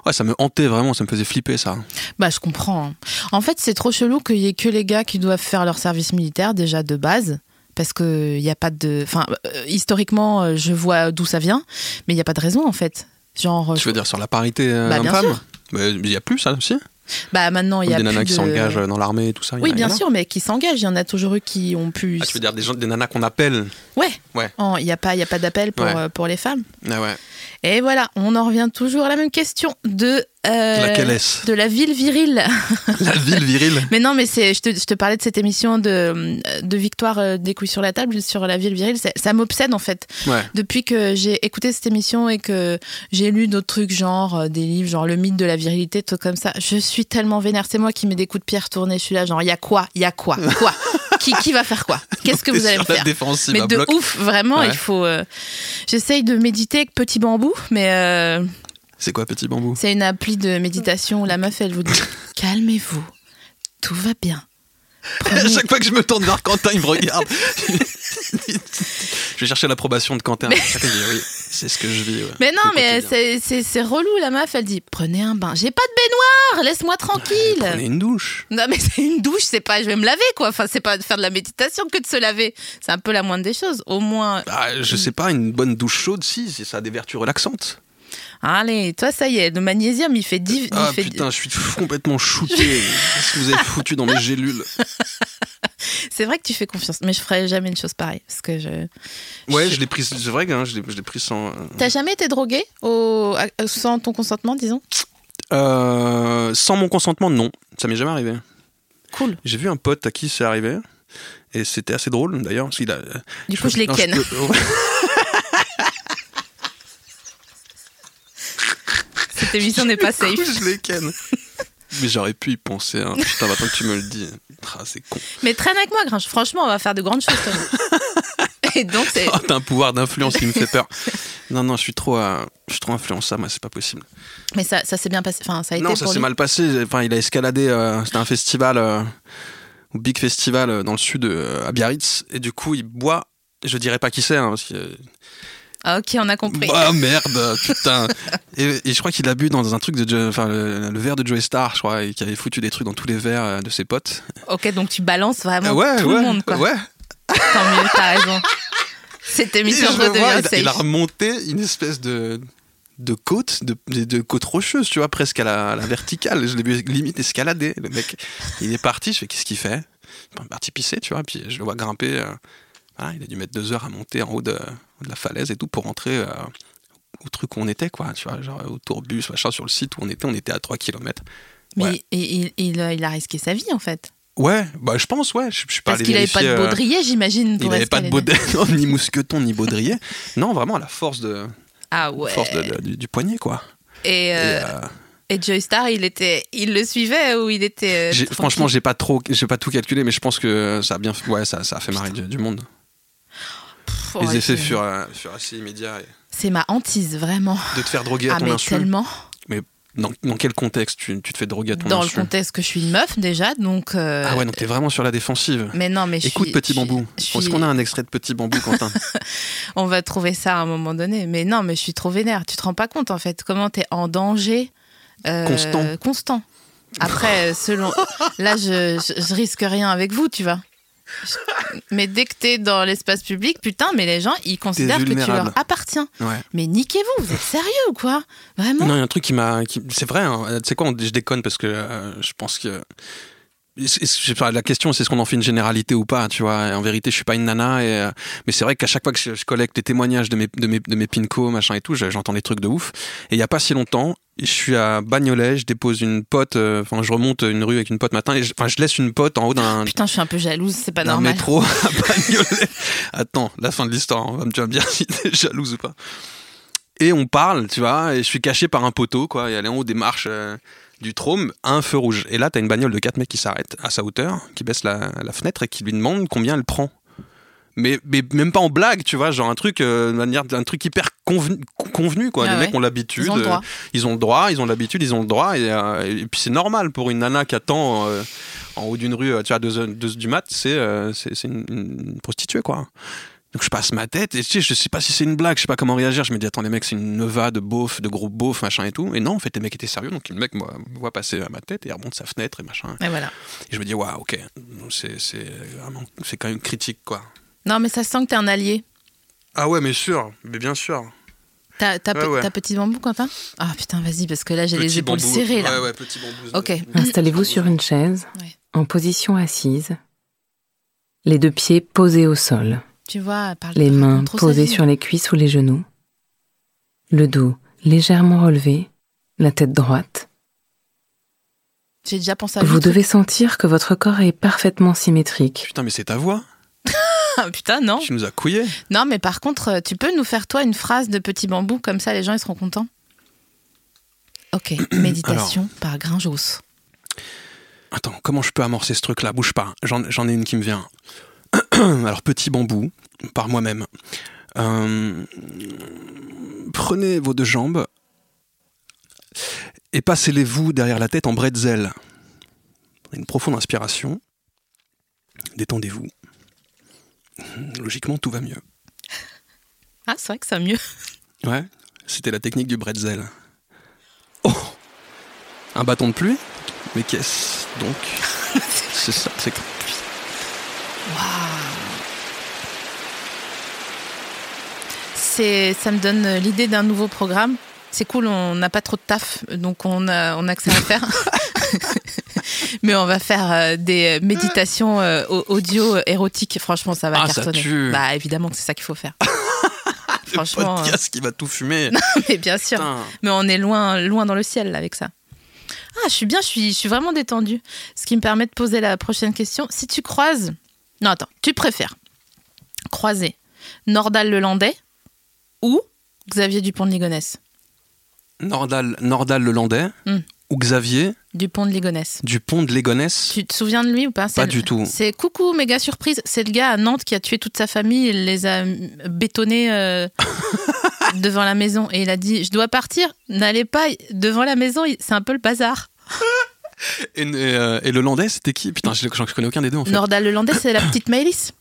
Speaker 3: ouais, ça me hantait vraiment, ça me faisait flipper, ça.
Speaker 2: Bah, je comprends. En fait, c'est trop chelou qu'il y ait que les gars qui doivent faire leur service militaire déjà de base. Parce qu'il n'y a pas de. Enfin, euh, historiquement, euh, je vois d'où ça vient, mais il n'y a pas de raison en fait. Genre.
Speaker 3: Tu veux dire sur la parité euh,
Speaker 2: Bah, bien
Speaker 3: homme-femme
Speaker 2: sûr.
Speaker 3: Mais il y a plus, ça, aussi
Speaker 2: Bah, maintenant, il y a.
Speaker 3: des
Speaker 2: plus
Speaker 3: nanas qui
Speaker 2: de-
Speaker 3: s'engagent dans l'armée et tout ça. il y en
Speaker 2: Oui,
Speaker 3: a-
Speaker 2: bien
Speaker 3: il y en a.
Speaker 2: sûr, mais qui s'engagent. Il y en a toujours eu qui ont pu.
Speaker 3: Ah, tu veux dire des, gens, des nanas qu'on appelle
Speaker 2: Ouais.
Speaker 3: Ouais.
Speaker 2: En- Il n'y a pas, il y a pas d'appel pour,
Speaker 3: Ouais.
Speaker 2: euh, pour les femmes.
Speaker 3: Ah ouais.
Speaker 2: Et voilà, on en revient toujours à la même question de. euh,
Speaker 3: Laquelle est-ce
Speaker 2: De la ville virile.
Speaker 3: La ville virile
Speaker 2: Mais non, mais c'est, je, te, je te parlais de cette émission de, de Victoire euh, des couilles sur la table, sur la ville virile. Ça, ça m'obsède en fait.
Speaker 3: Ouais.
Speaker 2: Depuis que j'ai écouté cette émission et que j'ai lu d'autres trucs, genre euh, des livres, genre le mythe de la virilité, tout comme ça, je suis tellement vénère. C'est moi qui mets des coups de pierre tournés. Je suis là, genre, il y a quoi Il y a quoi Quoi qui, qui va faire quoi Qu'est-ce que
Speaker 3: T'es
Speaker 2: vous allez
Speaker 3: sur
Speaker 2: me faire
Speaker 3: la défensive
Speaker 2: mais
Speaker 3: à
Speaker 2: de
Speaker 3: bloc.
Speaker 2: ouf, vraiment,
Speaker 3: Ouais.
Speaker 2: il faut. euh, J'essaye de méditer avec petit bambou, mais euh,
Speaker 3: C'est quoi, petit bambou
Speaker 2: c'est une appli de méditation où la meuf, elle vous dit calmez-vous, tout va bien.
Speaker 3: À
Speaker 2: Prenez
Speaker 3: chaque fois que je me tourne vers Quentin, il me regarde. je vais chercher l'approbation de Quentin. Chacun dit, oui, c'est ce que je vis. ouais.
Speaker 2: Mais non,
Speaker 3: Au
Speaker 2: mais
Speaker 3: quotidien.
Speaker 2: c'est- c'est c'est relou, la meuf, elle dit Prenez un bain. J'ai pas de baignoire, laisse-moi
Speaker 3: Prenez
Speaker 2: tranquille.
Speaker 3: une douche.
Speaker 2: Non, mais c'est une douche, c'est pas je vais me laver, quoi. Enfin, c'est pas de faire de la méditation que de se laver. C'est un peu la moindre des choses. Au moins.
Speaker 3: Bah, je sais pas, une bonne douche chaude, si, si ça a des vertus relaxantes.
Speaker 2: Allez, toi, ça y est, le magnésium, il fait 10.
Speaker 3: Ah putain, je suis complètement shooté. Qu'est-ce que vous avez foutu dans mes gélules
Speaker 2: C'est vrai que tu fais confiance, mais je ferais jamais une chose pareille. Parce que je.
Speaker 3: Ouais,
Speaker 2: Je-
Speaker 3: je l'ai pris, c'est vrai que hein, je l'ai je l'ai pris sans.
Speaker 2: T'as jamais été drogué au... à- sans ton consentement, disons
Speaker 3: Euh, sans mon consentement, non. Ça m'est jamais arrivé.
Speaker 2: Cool.
Speaker 3: J'ai vu un pote à qui c'est arrivé. Et c'était assez drôle d'ailleurs. parce qu'il a-
Speaker 2: Du coup, je les
Speaker 3: non,
Speaker 2: ken.
Speaker 3: peux-
Speaker 2: Cette émission n'est pas safe.
Speaker 3: je les ken. Mais j'aurais pu y penser. hein. Putain, maintenant que tu me le dis. Ah, c'est con.
Speaker 2: Mais traîne avec moi, Gringe. Franchement, on va faire de grandes choses, Thomas. Et donc, c'est.
Speaker 3: Ah, T'as un pouvoir d'influence qui me fait peur. Non, non, je suis trop, euh, je suis trop influençable. Moi, c'est pas possible.
Speaker 2: Mais ça, ça s'est bien passé. Enfin, ça a
Speaker 3: Non,
Speaker 2: été
Speaker 3: ça
Speaker 2: Bah, pour
Speaker 3: s'est
Speaker 2: lui.
Speaker 3: mal passé. Enfin, il a escaladé. euh, C'était un festival, euh, au Big Festival euh, dans le sud, euh, à Biarritz. Et du coup, il boit. Je dirais pas qui c'est, hein, parce que euh,
Speaker 2: Ah, ok, on a compris.
Speaker 3: Ah merde, putain. et, et je crois qu'il a bu dans un truc de, Joe- enfin le, le verre de Joey Star, je crois, et qu'il avait foutu des trucs dans tous les verres euh, de ses potes.
Speaker 2: Ok, donc tu balances vraiment
Speaker 3: Euh, ouais,
Speaker 2: tout
Speaker 3: ouais,
Speaker 2: le monde, quoi.
Speaker 3: ouais.
Speaker 2: Tant mieux, t'as raison. Cette
Speaker 3: Et
Speaker 2: émission
Speaker 3: je le vois,
Speaker 2: redevient
Speaker 3: il, a- il a
Speaker 2: safe.
Speaker 3: remonté une espèce de de côte, de, de- de côte rocheuse, tu vois, presque à la, à la verticale. Je l'ai vu limite escalader. Le mec, il est parti. Je fais qu'est-ce qu'il fait Il est parti pisser, tu vois. Puis je le vois grimper. euh, voilà, il a dû mettre deux heures à monter en haut de, de la falaise et tout pour rentrer euh, au truc où on était, quoi. Tu vois, genre au tourbus, machin, sur le site où on était. On était à 3 km.
Speaker 2: Mais
Speaker 3: Ouais.
Speaker 2: il, il- il- euh, il a risqué sa vie, en fait.
Speaker 3: Ouais, bah je pense, ouais. Je, je suis pas
Speaker 2: Parce
Speaker 3: allé
Speaker 2: qu'il n'avait pas de
Speaker 3: vérifier, euh,
Speaker 2: baudrier, j'imagine.
Speaker 3: Il
Speaker 2: pour
Speaker 3: n'avait pas de
Speaker 2: escalader.
Speaker 3: baudrier, non, ni mousqueton, ni baudrier. Non, vraiment à la force, de,
Speaker 2: Ah ouais.
Speaker 3: force de- de- du, du poignet, quoi.
Speaker 2: Et,
Speaker 3: Et,
Speaker 2: euh,
Speaker 3: euh,
Speaker 2: et Joy Star, il, était, il le suivait ou il était. euh,
Speaker 3: j'ai-
Speaker 2: tranquille
Speaker 3: franchement, j'ai pas trop, j'ai pas tout calculé, mais je pense que ça a bien, fait- ouais, ça, ça a fait marrer du, du monde.
Speaker 2: Pff,
Speaker 3: Les
Speaker 2: Oh, ouais, c'est-
Speaker 3: effets furent, euh, furent assez immédiats. et-
Speaker 2: C'est ma hantise, vraiment.
Speaker 3: de te faire droguer à
Speaker 2: Ah,
Speaker 3: ton
Speaker 2: mais
Speaker 3: insu.
Speaker 2: tellement.
Speaker 3: Mais dans, dans quel contexte tu, tu te fais droguer à ton
Speaker 2: Dans
Speaker 3: insu
Speaker 2: le contexte que je suis une meuf déjà, donc. euh,
Speaker 3: Ah ouais, donc t'es vraiment sur la défensive.
Speaker 2: Mais non, mais je
Speaker 3: Écoute
Speaker 2: suis-
Speaker 3: Petit
Speaker 2: je suis-
Speaker 3: Bambou.
Speaker 2: je suis-
Speaker 3: Est-ce qu'on a un extrait de Petit Bambou, Quentin
Speaker 2: On va trouver ça à un moment donné. Mais non, mais je suis trop vénère. Tu te rends pas compte, en fait, comment t'es en danger. euh,
Speaker 3: Constant.
Speaker 2: Constant. Après, euh, selon. Là, je, je, je risque rien avec vous, tu vois. Je- Mais dès que t'es dans l'espace public, putain, mais les gens, ils considèrent que tu
Speaker 3: vulnérable.
Speaker 2: leur appartiens.
Speaker 3: Ouais.
Speaker 2: Mais niquez-vous, vous êtes sérieux ou quoi Vraiment
Speaker 3: Non, il y a un truc qui m'a. qui- C'est vrai, hein. Euh, tu sais quoi, on- je déconne parce que euh, je pense que. est-ce- est-ce- je sais pas, La question, c'est est-ce qu'on en fait une généralité ou pas, tu vois. Et En vérité, je suis pas une nana, et, euh, mais c'est vrai qu'à chaque fois que je, je collecte les témoignages de mes, de mes, de mes pinco, machin et tout, je- j'entends des trucs de ouf. Et il y a pas si longtemps, je suis à Bagnolet, je dépose une pote, euh, enfin, je remonte une rue avec une pote matin, et je, enfin, je laisse une pote en haut d'un,
Speaker 2: Putain, je suis un peu jalouse, c'est pas
Speaker 3: d'un
Speaker 2: normal.
Speaker 3: métro à Bagnolet. Attends, la fin de l'histoire, on va me tu vas me dire si t'es jalouse ou pas. Et on parle, tu vois, et je suis caché par un poteau, quoi, et elle est en haut des marches euh, du trôme, à un feu rouge. Et là, t'as une bagnole de 4 mecs qui s'arrête à sa hauteur, qui baisse la, la fenêtre et qui lui demande combien elle prend. Mais, mais même pas en blague, tu vois, genre un truc, euh, de manière, un truc hyper convenu, convenu quoi.
Speaker 2: Ah
Speaker 3: Les
Speaker 2: ouais.
Speaker 3: mecs ont l'habitude.
Speaker 2: Ils ont le
Speaker 3: euh,
Speaker 2: droit.
Speaker 3: ils ont le droit, ils ont l'habitude, ils ont le droit. Et, euh, et puis c'est normal pour une nana qui attend euh, en haut d'une rue, euh, tu vois, à 2 du mat, c'est euh, c'est c'est une, une prostituée, quoi. Donc je passe ma tête et tu sais, je sais pas si c'est une blague, je sais pas comment réagir. Je me dis, attends, les mecs, c'est une neva de beauf, de gros beauf, machin et tout. Et non, en fait, les mecs étaient sérieux, donc le mec moi, me voit passer à ma tête et il remonte sa fenêtre et machin.
Speaker 2: Et voilà.
Speaker 3: Et je me dis, waouh, ok, c'est c'est vraiment, c'est quand même critique, quoi.
Speaker 2: Non, mais ça sent que t'es un allié.
Speaker 3: Ah ouais, mais sûr, mais bien sûr.
Speaker 2: T'as t'as pe-
Speaker 3: Ouais, ouais.
Speaker 2: t'as petit bambou, Quentin Ah putain, vas-y, parce que là, j'ai les
Speaker 3: Petit
Speaker 2: épaules
Speaker 3: bambou.
Speaker 2: serrées, là.
Speaker 3: Ouais, ouais, Mm. petit bambou.
Speaker 2: Ok.
Speaker 1: Installez-vous sur une chaise,
Speaker 2: Ouais.
Speaker 1: en position assise, les deux pieds posés au sol,
Speaker 2: Tu vois, elle parle
Speaker 1: les
Speaker 2: de-
Speaker 1: mains
Speaker 2: raconte trop sa
Speaker 1: posées
Speaker 2: vie.
Speaker 1: sur les cuisses ou les genoux, le dos légèrement relevé, la tête droite.
Speaker 2: J'ai déjà pensé à
Speaker 1: Vous
Speaker 2: lui,
Speaker 1: devez sentir que votre corps est parfaitement symétrique.
Speaker 3: Putain, mais c'est ta voix.
Speaker 2: Ah, putain, non.
Speaker 3: Tu nous as couillé.
Speaker 2: Non, mais par contre, euh, tu peux nous faire, toi, une phrase de petit bambou, comme ça, les gens, ils seront contents. Ok, méditation par Gringeos.
Speaker 3: Attends, comment je peux amorcer ce truc-là Bouge pas, j'en j'en ai une qui me vient. Alors, petit bambou, par moi-même. Euh, prenez vos deux jambes et passez-les-vous derrière la tête en bretzel. Une profonde inspiration. Détendez-vous. Mmh, Logiquement, tout va mieux.
Speaker 2: Ah, c'est vrai que ça mieux.
Speaker 3: Ouais, c'était la technique du bretzel. Oh Un bâton de pluie Mais qu'est-ce donc C'est ça, c'est
Speaker 2: C'est, ça me donne euh, l'idée d'un nouveau programme. C'est cool, on n'a pas trop de taf, donc on a, on a que ça à faire. Mais on va faire euh, des méditations euh, au- audio euh, érotiques. Franchement, ça va
Speaker 3: Ah, ça
Speaker 2: cartonner.
Speaker 3: tue.
Speaker 2: Bah évidemment que c'est ça qu'il faut faire.
Speaker 3: le
Speaker 2: Franchement, euh,
Speaker 3: podcast qui va tout fumer.
Speaker 2: Mais bien sûr.
Speaker 3: Putain.
Speaker 2: Mais on est loin, loin dans le ciel là, avec ça. Ah, je suis bien, je suis, je suis vraiment détendue. Ce qui me permet de poser la prochaine question. Si tu croises. Non, attends, tu préfères croiser Nordal le Landais ou Xavier Dupont de Ligonnès
Speaker 3: Nordal, Nordal le Landais
Speaker 2: Hmm.
Speaker 3: ou Xavier
Speaker 2: Dupont de Ligonnès.
Speaker 3: Dupont de Légonesse
Speaker 2: Tu te souviens de lui ou pas C'est
Speaker 3: Pas
Speaker 2: le-
Speaker 3: du tout.
Speaker 2: C'est coucou, méga surprise. C'est le gars à Nantes qui a tué toute sa famille, il les a euh, bétonnés euh, devant la maison. Et il a dit Je dois partir, n'allez pas devant la maison, c'est un peu le bazar.
Speaker 3: et, et, euh, et le Landais, c'était qui Putain, je, je connais aucun des deux en fait.
Speaker 2: Nordal le Landais, c'est la petite Maëlys.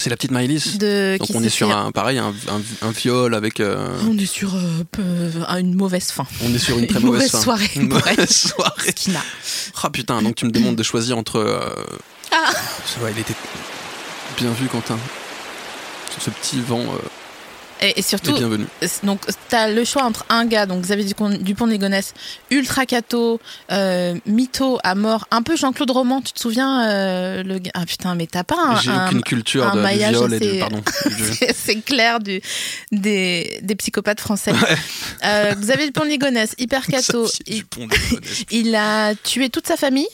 Speaker 3: C'est la petite Maëlys.
Speaker 2: de
Speaker 3: Donc
Speaker 2: qui
Speaker 3: on
Speaker 2: s'est
Speaker 3: est sur
Speaker 2: fait-
Speaker 3: un, pareil, un, un- un viol avec. euh,
Speaker 2: on est sur euh, peu- à une mauvaise fin
Speaker 3: on est sur une très
Speaker 2: Une
Speaker 3: mauvaise,
Speaker 2: mauvaise
Speaker 3: fin.
Speaker 2: soirée,
Speaker 3: Une
Speaker 2: pour elle.
Speaker 3: mauvaise soirée.
Speaker 2: ce qui n'a
Speaker 3: Ah putain, donc tu me demandes de choisir entre. euh,
Speaker 2: Ah.
Speaker 3: Ça va, il était bien vu, Quentin. Ce petit vent euh,
Speaker 2: et, et
Speaker 3: est
Speaker 2: surtout euh,
Speaker 3: bienvenu.
Speaker 2: donc t'as le choix entre un gars donc Xavier Dupont, Dupont de Ligonnès ultra cato euh, mytho à mort un peu Jean-Claude Roman tu te souviens euh, le gars ah putain mais t'as pas
Speaker 3: J'ai
Speaker 2: un, un-
Speaker 3: aucune culture
Speaker 2: un
Speaker 3: de, du
Speaker 2: maillage
Speaker 3: viol et du.
Speaker 2: assez-
Speaker 3: Pardon. du-
Speaker 2: C'est- c'est clair du des, des psychopathes français Euh, Xavier Dupont de Ligonnès hyper cato
Speaker 3: Xavier
Speaker 2: il,
Speaker 3: Dupont de Ligonnès.
Speaker 2: il a tué toute sa famille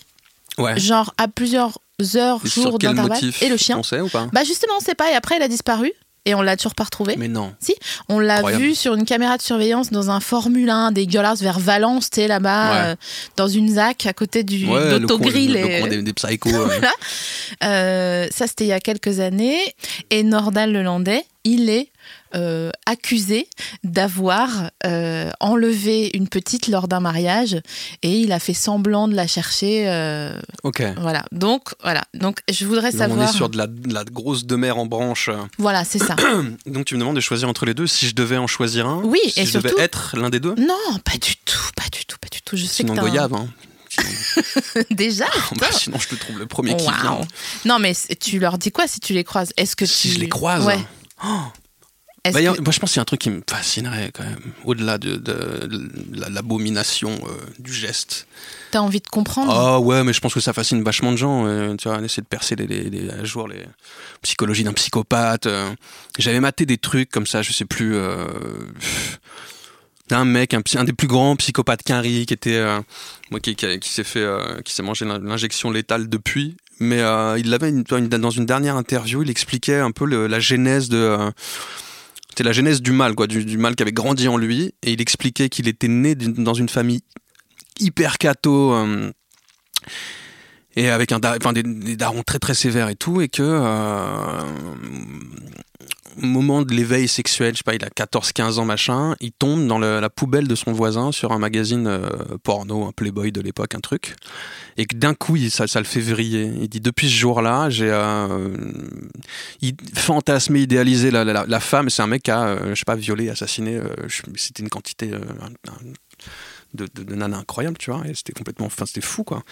Speaker 3: Ouais.
Speaker 2: genre à plusieurs heures
Speaker 3: Et
Speaker 2: jours
Speaker 3: sur quel
Speaker 2: d'intervalle
Speaker 3: motif
Speaker 2: et le chien
Speaker 3: On sait ou pas
Speaker 2: Bah justement, on sait pas. Et après, il a disparu. Et on l'a toujours pas retrouvé.
Speaker 3: Mais non.
Speaker 2: on l'a
Speaker 3: incroyable.
Speaker 2: vu sur une caméra de surveillance dans un Formule 1 dégueulasse vers Valence, tu sais, là-bas,
Speaker 3: Ouais.
Speaker 2: euh, dans une ZAC à côté du
Speaker 3: Ouais, le coin-
Speaker 2: d'autogrill.
Speaker 3: le
Speaker 2: et- euh,
Speaker 3: coin des, des psychos. ouais.
Speaker 2: Voilà. Euh, ça, c'était il y a quelques années. Et Nordal Lelandais, il est euh, accusé d'avoir euh, enlevé une petite lors d'un mariage et il a fait semblant de la chercher. euh,
Speaker 3: Ok.
Speaker 2: voilà. Donc, voilà. Donc, je voudrais
Speaker 3: Là, on
Speaker 2: savoir.
Speaker 3: est sur de la, de la grosse demeure en branche.
Speaker 2: Voilà, c'est ça.
Speaker 3: Donc tu me demandes de choisir entre les deux. Si je devais en choisir un,
Speaker 2: Oui,
Speaker 3: si
Speaker 2: et
Speaker 3: je
Speaker 2: surtout-
Speaker 3: devais être l'un des deux,
Speaker 2: non, pas du tout, pas du tout, pas du tout. Je sais
Speaker 3: sinon
Speaker 2: que t'as un-
Speaker 3: goyave. hein.
Speaker 2: déjà.
Speaker 3: Bah, sinon je te trouve le premier qui
Speaker 2: Waouh.
Speaker 3: vient.
Speaker 2: Non, mais c'est- tu leur dis quoi si tu les croises Est-ce que
Speaker 3: Si
Speaker 2: tu-
Speaker 3: je les croise.
Speaker 2: Ouais. Est-ce
Speaker 3: Bah, y a-
Speaker 2: que-
Speaker 3: Moi, je pense qu'il y a un truc qui me fascinerait quand même, au-delà de, de- de la- l'abomination euh, du geste.
Speaker 2: T'as envie de comprendre
Speaker 3: Ah ouais, mais je pense que ça fascine vachement de gens. euh, tu vois, essayer de percer les, les, les- à jour les psychologies d'un psychopathe. euh. J'avais maté des trucs comme ça, je sais plus. euh, pff, d'un mec, un, psy- un des plus grands psychopathes qu'Henry, qui était, euh, moi, qui, qui- qui s'est fait, euh, qui s'est mangé l'in- l'injection létale depuis. Mais euh, il l'avait une- une- dans une dernière interview, il expliquait un peu le- la genèse de. euh, c'était la genèse du mal, quoi, du, du mal qui avait grandi en lui. Et il expliquait qu'il était né d'une- dans une famille hyper catho. euh, et avec un dar- enfin, des, des darons très très sévères et tout, et que euh, au moment de l'éveil sexuel, je sais pas, il a 14-15 ans machin, il tombe dans le- la poubelle de son voisin sur un magazine euh, porno, un Playboy de l'époque, un truc, et que d'un coup il- ça, ça le fait vriller. Il dit depuis ce jour-là, j'ai euh, il- fantasmé, idéalisé la, la- la femme. C'est un mec qui a, euh, je sais pas, violé, assassiné. euh, je- c'était une quantité euh, un- un- de, de, de nanas incroyable, tu vois. Et c'était complètement, enfin c'était fou quoi.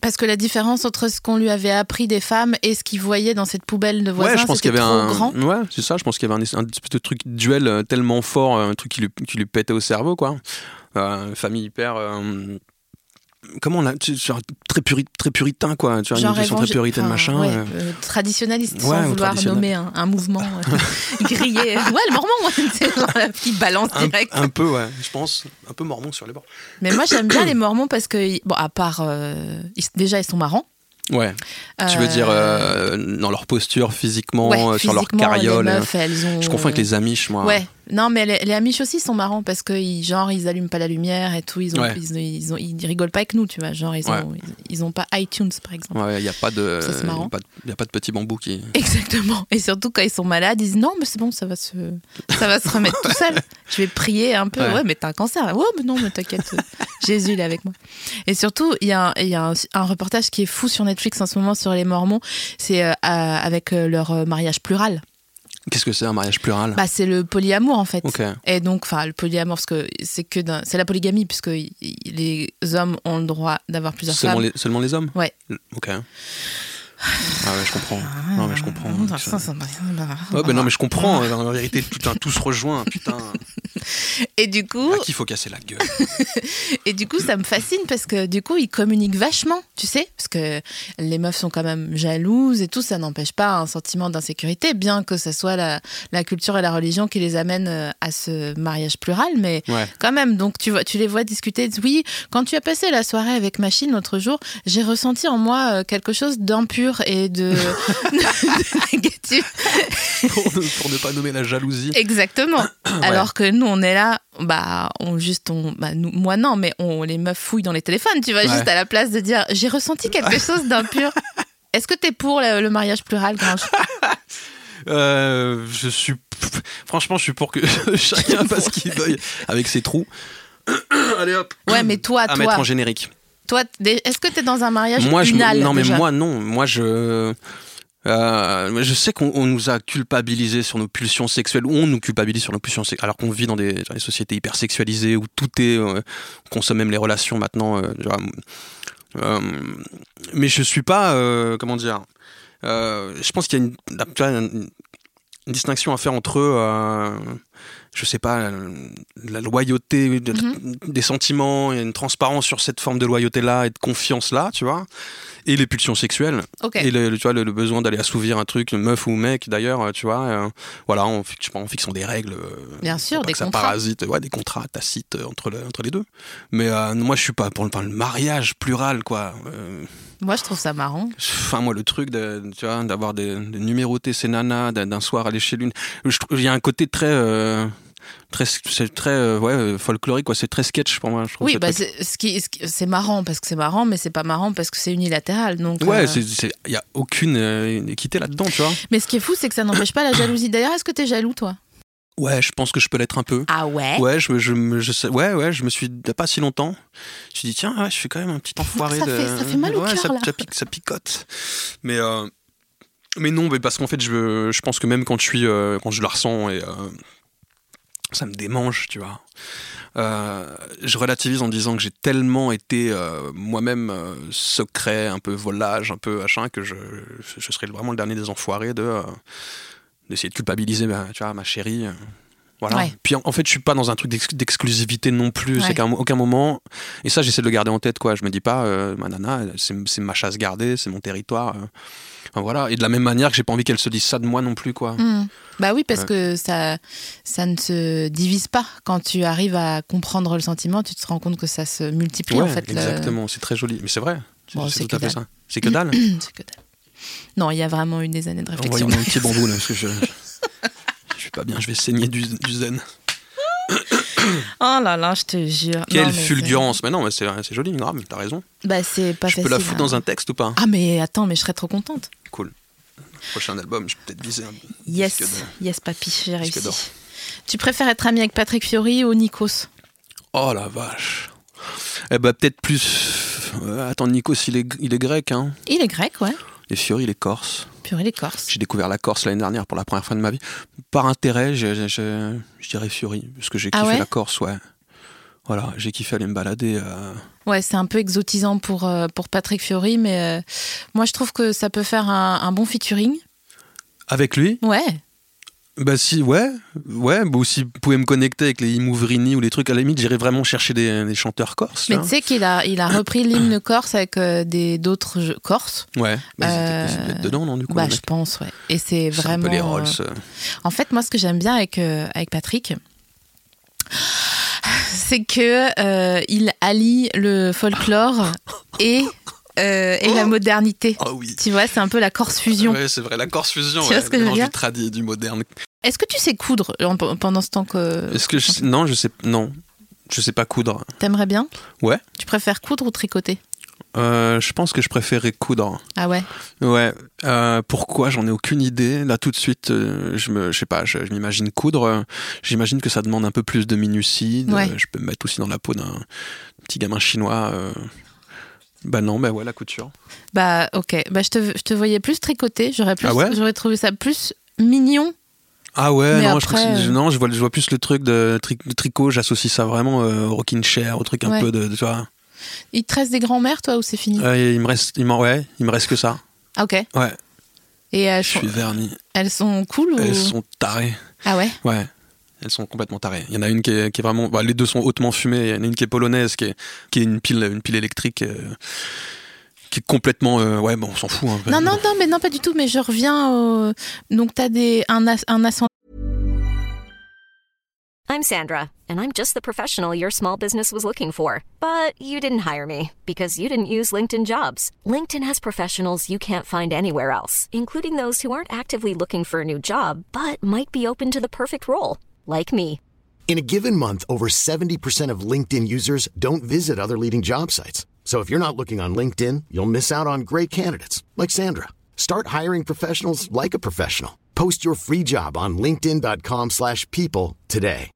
Speaker 2: Parce que la différence entre ce qu'on lui avait appris des femmes et ce qu'il voyait dans cette poubelle de voisin,
Speaker 3: ouais, je pense
Speaker 2: c'était
Speaker 3: qu'il y avait
Speaker 2: trop
Speaker 3: un.
Speaker 2: grand.
Speaker 3: Ouais, c'est ça. Je pense qu'il y avait un, es- un espèce de truc duel euh, tellement fort, euh, un truc qui lui, qui lui pétait au cerveau, quoi. Euh, famille hyper. euh, Comment on a tu- genre, très, puri- très puritain quoi, tu vois,
Speaker 2: Genre
Speaker 3: une éducation très
Speaker 2: évangé-
Speaker 3: puritaine
Speaker 2: enfin,
Speaker 3: machin.
Speaker 2: ouais,
Speaker 3: euh.
Speaker 2: euh, traditionnaliste,
Speaker 3: Ouais,
Speaker 2: sans
Speaker 3: ou
Speaker 2: vouloir
Speaker 3: traditionnel.
Speaker 2: nommer un, un mouvement euh, grillé. Ouais, le mormon, ouais, c'est genre la petite balance
Speaker 3: Un,
Speaker 2: direct.
Speaker 3: un peu, ouais, je pense, un peu mormon sur les bords.
Speaker 2: Mais moi, j'aime bien les mormons parce que, ils- bon, à part. euh, ils- déjà, ils sont marrants.
Speaker 3: Ouais, tu veux
Speaker 2: Euh,
Speaker 3: dire euh, dans leur posture physiquement,
Speaker 2: ouais,
Speaker 3: euh, sur leur
Speaker 2: physiquement,
Speaker 3: carriole.
Speaker 2: les
Speaker 3: euh.
Speaker 2: meufs, elles ont-
Speaker 3: Je confonds avec les hein. Amish, moi.
Speaker 2: Ouais, non, mais les, les Amish aussi sont marrants parce que, ils, genre, ils allument pas la lumière et tout. Ils, ont,
Speaker 3: Ouais.
Speaker 2: ils, ont- ils ont- ils rigolent pas avec nous, tu vois. Genre, ils ont,
Speaker 3: Ouais.
Speaker 2: ils, ils ont pas iTunes, par exemple.
Speaker 3: Il n'y a pas de,
Speaker 2: Ça, c'est marrant.
Speaker 3: pas de- y a pas de petit bambou qui.
Speaker 2: Exactement. Et surtout quand ils sont malades, ils disent non, mais c'est bon, ça va se, ça va se remettre tout seul. Je vais prier un peu. Ouais,
Speaker 3: Ouais.
Speaker 2: mais t'as un cancer. Ouais, mais non, mais t'inquiète. Jésus, il est avec moi. Et surtout, il y a, un, il y a un, un reportage qui est fou sur Netflix en ce moment sur les Mormons. C'est euh, à- avec euh, leur euh, mariage plural.
Speaker 3: Qu'est-ce que c'est un mariage plural
Speaker 2: Bah, c'est le polyamour en fait.
Speaker 3: Ah. Ok.
Speaker 2: Et donc, enfin, le polyamour, parce que c'est que d'un- c'est la polygamie, puisque i- i- les hommes ont le droit d'avoir plusieurs
Speaker 3: Seulement
Speaker 2: femmes.
Speaker 3: les, seulement les hommes
Speaker 2: Ouais.
Speaker 3: Le- Ok. Ah ouais, je comprends. Non, mais je comprends. hein,
Speaker 2: Ah, ça, ça-
Speaker 3: Ouais, bah non, mais je comprends. En vérité, putain, tout se rejoint. Putain,
Speaker 2: Et du coup,
Speaker 3: à qui faut casser la gueule
Speaker 2: Et du coup, ça me fascine parce que du coup, ils communiquent vachement, tu sais, parce que les meufs sont quand même jalouses et tout, ça n'empêche pas un sentiment d'insécurité, bien que ce soit la, la culture et la religion qui les amènent euh, à ce mariage plural, mais
Speaker 3: Ouais.
Speaker 2: quand même, donc tu, vois, tu les vois discuter, ils disent, oui, quand tu as passé la soirée avec Machine l'autre jour, j'ai ressenti en moi euh, quelque chose d'impur et de, de négatif.
Speaker 3: pour, ne- pour ne pas nommer la jalousie.
Speaker 2: Exactement. Alors que nous, on est là, bah, on juste, on, bah, nous, moi non, mais on les meufs fouillent dans les téléphones. Tu vois,
Speaker 3: Ouais.
Speaker 2: juste à la place de dire, j'ai ressenti quelque chose d'impur. Est-ce que t'es pour le, le mariage plural, Grange
Speaker 3: Euh, je suis. Franchement, je suis pour que chacun fasse ce qu'il veuille avec ses trous. Allez hop.
Speaker 2: Ouais, mais toi,
Speaker 3: à mettre en
Speaker 2: toi,
Speaker 3: générique.
Speaker 2: toi, t'es- est-ce que t'es dans un mariage
Speaker 3: Moi, je,
Speaker 2: unal
Speaker 3: non, mais
Speaker 2: déjà
Speaker 3: moi, non. Moi, je. euh, je sais qu'on on nous a culpabilisés sur nos pulsions sexuelles, ou on nous culpabilise sur nos pulsions sexuelles, alors qu'on vit dans des, dans des sociétés hyper sexualisées où tout est. euh, on consomme même les relations maintenant. euh, genre, euh, mais je suis pas. euh, comment dire euh, Je pense qu'il y a une, la- tu vois, une- une distinction à faire entre. euh, je sais pas, euh, la loyauté de-
Speaker 2: Mm-hmm.
Speaker 3: des sentiments, il y a une transparence sur cette forme de loyauté-là et de confiance-là, tu vois, et les pulsions sexuelles,
Speaker 2: Ok.
Speaker 3: et le, le- tu vois, le, le besoin d'aller assouvir un truc, meuf ou mec d'ailleurs, euh, tu vois, euh, voilà, en, fi- je sais pas, en fixant des règles, euh,
Speaker 2: Bien sûr,
Speaker 3: pour pas
Speaker 2: des
Speaker 3: que ça
Speaker 2: contrats.
Speaker 3: parasite, ouais, des contrats tacites euh, entre, le- entre les deux. Mais euh, moi, je suis pas pour le, enfin, le mariage plural, quoi. Euh,
Speaker 2: Moi, je trouve ça marrant.
Speaker 3: Enfin, moi, le truc de, tu vois, d'avoir des, de numéroter ses nanas, d'un d'un soir aller chez l'une. Je trouve- Il y a un côté très. euh, très c'est très euh, ouais, euh, folklorique, quoi. C'est très sketch pour moi, je trouve.
Speaker 2: Oui,
Speaker 3: ce
Speaker 2: bah,
Speaker 3: truc.
Speaker 2: c'est ce qui- ce qui- c'est marrant parce que c'est marrant, mais c'est pas marrant parce que c'est unilatéral. Donc,
Speaker 3: Ouais,
Speaker 2: euh,
Speaker 3: c'est- c'est- il n'y a aucune euh, équité là-dedans, tu vois.
Speaker 2: Mais ce qui est fou, c'est que ça n'empêche pas la jalousie. D'ailleurs, est-ce que t'es jaloux, toi
Speaker 3: Ouais, je pense que je peux l'être un peu.
Speaker 2: Ah ouais
Speaker 3: Ouais, je, me- je, me- je sais- ouais, ouais, je me suis, il y a pas si longtemps, je me suis dit, tiens, ouais, je suis quand même un petit enfoiré.
Speaker 2: Ça
Speaker 3: de-
Speaker 2: fait- ça fait mal au
Speaker 3: Ouais,
Speaker 2: cœur,
Speaker 3: ça,
Speaker 2: là.
Speaker 3: ça pique- ça picote. Mais, euh, mais non, mais parce qu'en fait, je, je pense que même quand je, suis, euh, quand je la ressens, et, euh, ça me démange, tu vois. Euh, je relativise en disant que j'ai tellement été euh, moi-même euh, secret, un peu volage, un peu machin, que je, je serais vraiment le dernier des enfoirés de, euh, d'essayer de culpabiliser ma, tu vois, ma chérie. euh, Voilà.
Speaker 2: Ouais.
Speaker 3: Puis en, en fait, je suis pas dans un truc d'ex- d'exclusivité non plus.
Speaker 2: Ouais.
Speaker 3: C'est qu'à un- aucun moment. Et ça, j'essaie de le garder en tête, quoi. Je me dis pas, euh, ma nana, c'est c'est ma chasse gardée, c'est mon territoire. euh. Enfin, voilà. Et de la même manière que j'ai pas envie qu'elle se dise ça de moi non plus, quoi.
Speaker 2: Hmm. Bah oui, parce
Speaker 3: Ouais.
Speaker 2: que ça, ça ne se divise pas. Quand tu arrives à comprendre le sentiment, tu te rends compte que ça se multiplie en
Speaker 3: Ouais,
Speaker 2: fait. le-
Speaker 3: exactement. C'est très joli. Mais c'est vrai. C'est
Speaker 2: Bon,
Speaker 3: c'est
Speaker 2: c'est
Speaker 3: tout à
Speaker 2: que
Speaker 3: fait ça. C'est que dalle.
Speaker 2: C'est que dalle. Non, il y a vraiment eu des années de réflexion.
Speaker 3: Envoyez-moi un petit bambou, là, parce que je. je suis pas bien, je vais saigner du, du zen.
Speaker 2: Oh là là, je te jure.
Speaker 3: Quelle
Speaker 2: Non, mais c'est-
Speaker 3: fulgurance! Mais non, mais c'est c'est joli, grave, t'as raison.
Speaker 2: Bah c'est pas
Speaker 3: je
Speaker 2: facile.
Speaker 3: peux la foutre
Speaker 2: hein.
Speaker 3: dans un texte ou pas?
Speaker 2: Ah mais attends, mais je serais trop contente.
Speaker 3: Cool. Prochain album, je peux peut-être viser un.
Speaker 2: Yes,
Speaker 3: Disque d'or.
Speaker 2: yes papy, j'ai
Speaker 3: Disque
Speaker 2: réussi.
Speaker 3: d'or.
Speaker 2: Tu préfères être ami avec Patrick Fiori ou Nikos
Speaker 3: Oh la vache. Eh ben peut-être plus. Euh, attends, Nikos, il est, il est grec, hein.
Speaker 2: Il est grec, ouais.
Speaker 3: Et Fiori, il est corse.
Speaker 2: Purée, il est corse.
Speaker 3: J'ai découvert la Corse l'année dernière pour la première fois de ma vie. Par intérêt, je, je- je- je dirais Fiori, parce que j'ai
Speaker 2: Ah
Speaker 3: kiffé
Speaker 2: ouais
Speaker 3: la Corse, ouais. Voilà, j'ai kiffé aller me balader. euh.
Speaker 2: Ouais, c'est un peu exotisant pour, euh, pour Patrick Fiori, mais euh, moi je trouve que ça peut faire un, un bon featuring.
Speaker 3: Avec lui
Speaker 2: Ouais.
Speaker 3: Bah si, ouais, ouais. Bah, ou si vous pouvez me connecter avec les Imouvrini ou les trucs, à la limite, j'irai vraiment chercher des, des chanteurs corses. hein.
Speaker 2: Mais
Speaker 3: là.
Speaker 2: tu sais qu'il a, il a repris l'hymne corse avec euh, des d'autres jeux- corses.
Speaker 3: Ouais, bah,
Speaker 2: Euh,
Speaker 3: ils étaient- ils étaient dedans, non, du coup
Speaker 2: bah,
Speaker 3: les
Speaker 2: je
Speaker 3: mecs
Speaker 2: pense, ouais. Et c'est
Speaker 3: C'est
Speaker 2: vraiment.
Speaker 3: un peu les
Speaker 2: euh,
Speaker 3: Rolls. euh.
Speaker 2: En fait, moi, ce que j'aime bien avec, euh, avec Patrick, c'est que euh, il allie le folklore et, euh, et la modernité.
Speaker 3: Ah oui.
Speaker 2: Tu vois, c'est un peu la Corse fusion.
Speaker 3: Ouais, c'est vrai, la Corse fusion.
Speaker 2: Tu vois
Speaker 3: ouais,
Speaker 2: ce que je veux
Speaker 3: mélange
Speaker 2: dire
Speaker 3: du tradi et du moderne.
Speaker 2: Est-ce que tu sais coudre en- pendant ce temps que
Speaker 3: Est-ce que je... non, je sais non, je sais pas coudre.
Speaker 2: t'aimerais bien
Speaker 3: Ouais.
Speaker 2: Tu préfères coudre ou tricoter
Speaker 3: Euh, je pense que je préférerais coudre.
Speaker 2: Ah ouais.
Speaker 3: Ouais. euh, pourquoi J'en ai aucune idée. Là tout de suite, euh, je me, je sais pas. Je, je m'imagine coudre. euh, J'imagine que ça demande un peu plus de minutie. de-
Speaker 2: Ouais.
Speaker 3: Je peux me mettre aussi dans la peau d'un petit gamin chinois. euh. Bah non, bah ouais, la couture.
Speaker 2: Bah ok. Bah je te, je te voyais plus tricoter. J'aurais plus.
Speaker 3: Ah ouais
Speaker 2: J'aurais trouvé ça plus mignon.
Speaker 3: Ah ouais,
Speaker 2: Mais
Speaker 3: non,
Speaker 2: après,
Speaker 3: je, trouve que c'est-
Speaker 2: euh,
Speaker 3: non, je vois, je vois plus le truc de, tri- de tricot. J'associe ça vraiment euh, au rocking chair, au truc un
Speaker 2: Ouais.
Speaker 3: peu de, de- tu vois.
Speaker 2: Il te reste des grands-mères toi ou c'est fini
Speaker 3: Euh, il me reste, il m'en, ouais, il me reste que ça.
Speaker 2: Ah ok.
Speaker 3: Ouais,
Speaker 2: Et euh, elles
Speaker 3: je
Speaker 2: sont,
Speaker 3: suis verni.
Speaker 2: elles sont cool ou
Speaker 3: Elles sont tarées.
Speaker 2: Ah ouais.
Speaker 3: Ouais. Elles sont complètement tarées. Il y en a une qui est, qui est vraiment. bah, les deux sont hautement fumées. Il y en a une qui est polonaise, qui est, qui est une, pile, une pile électrique, euh, qui est complètement. euh, ouais, bon, on s'en fout. hein.
Speaker 2: Non, non, non, mais non, pas du tout. Mais je reviens au. Donc, t'as des... un, as- un ascendant
Speaker 4: I'm Sandra, and I'm just the professional your small business was looking for. But you didn't hire me because you didn't use LinkedIn jobs. LinkedIn has professionals you can't find anywhere else, including those who aren't actively looking for a new job but might be open to the perfect role, like me.
Speaker 5: In a given month, over 70% of LinkedIn users don't visit other leading job sites. So if you're not looking on LinkedIn, you'll miss out on great candidates like Sandra. Start hiring professionals like a professional. Post your free job on linkedin.com/people slash people today.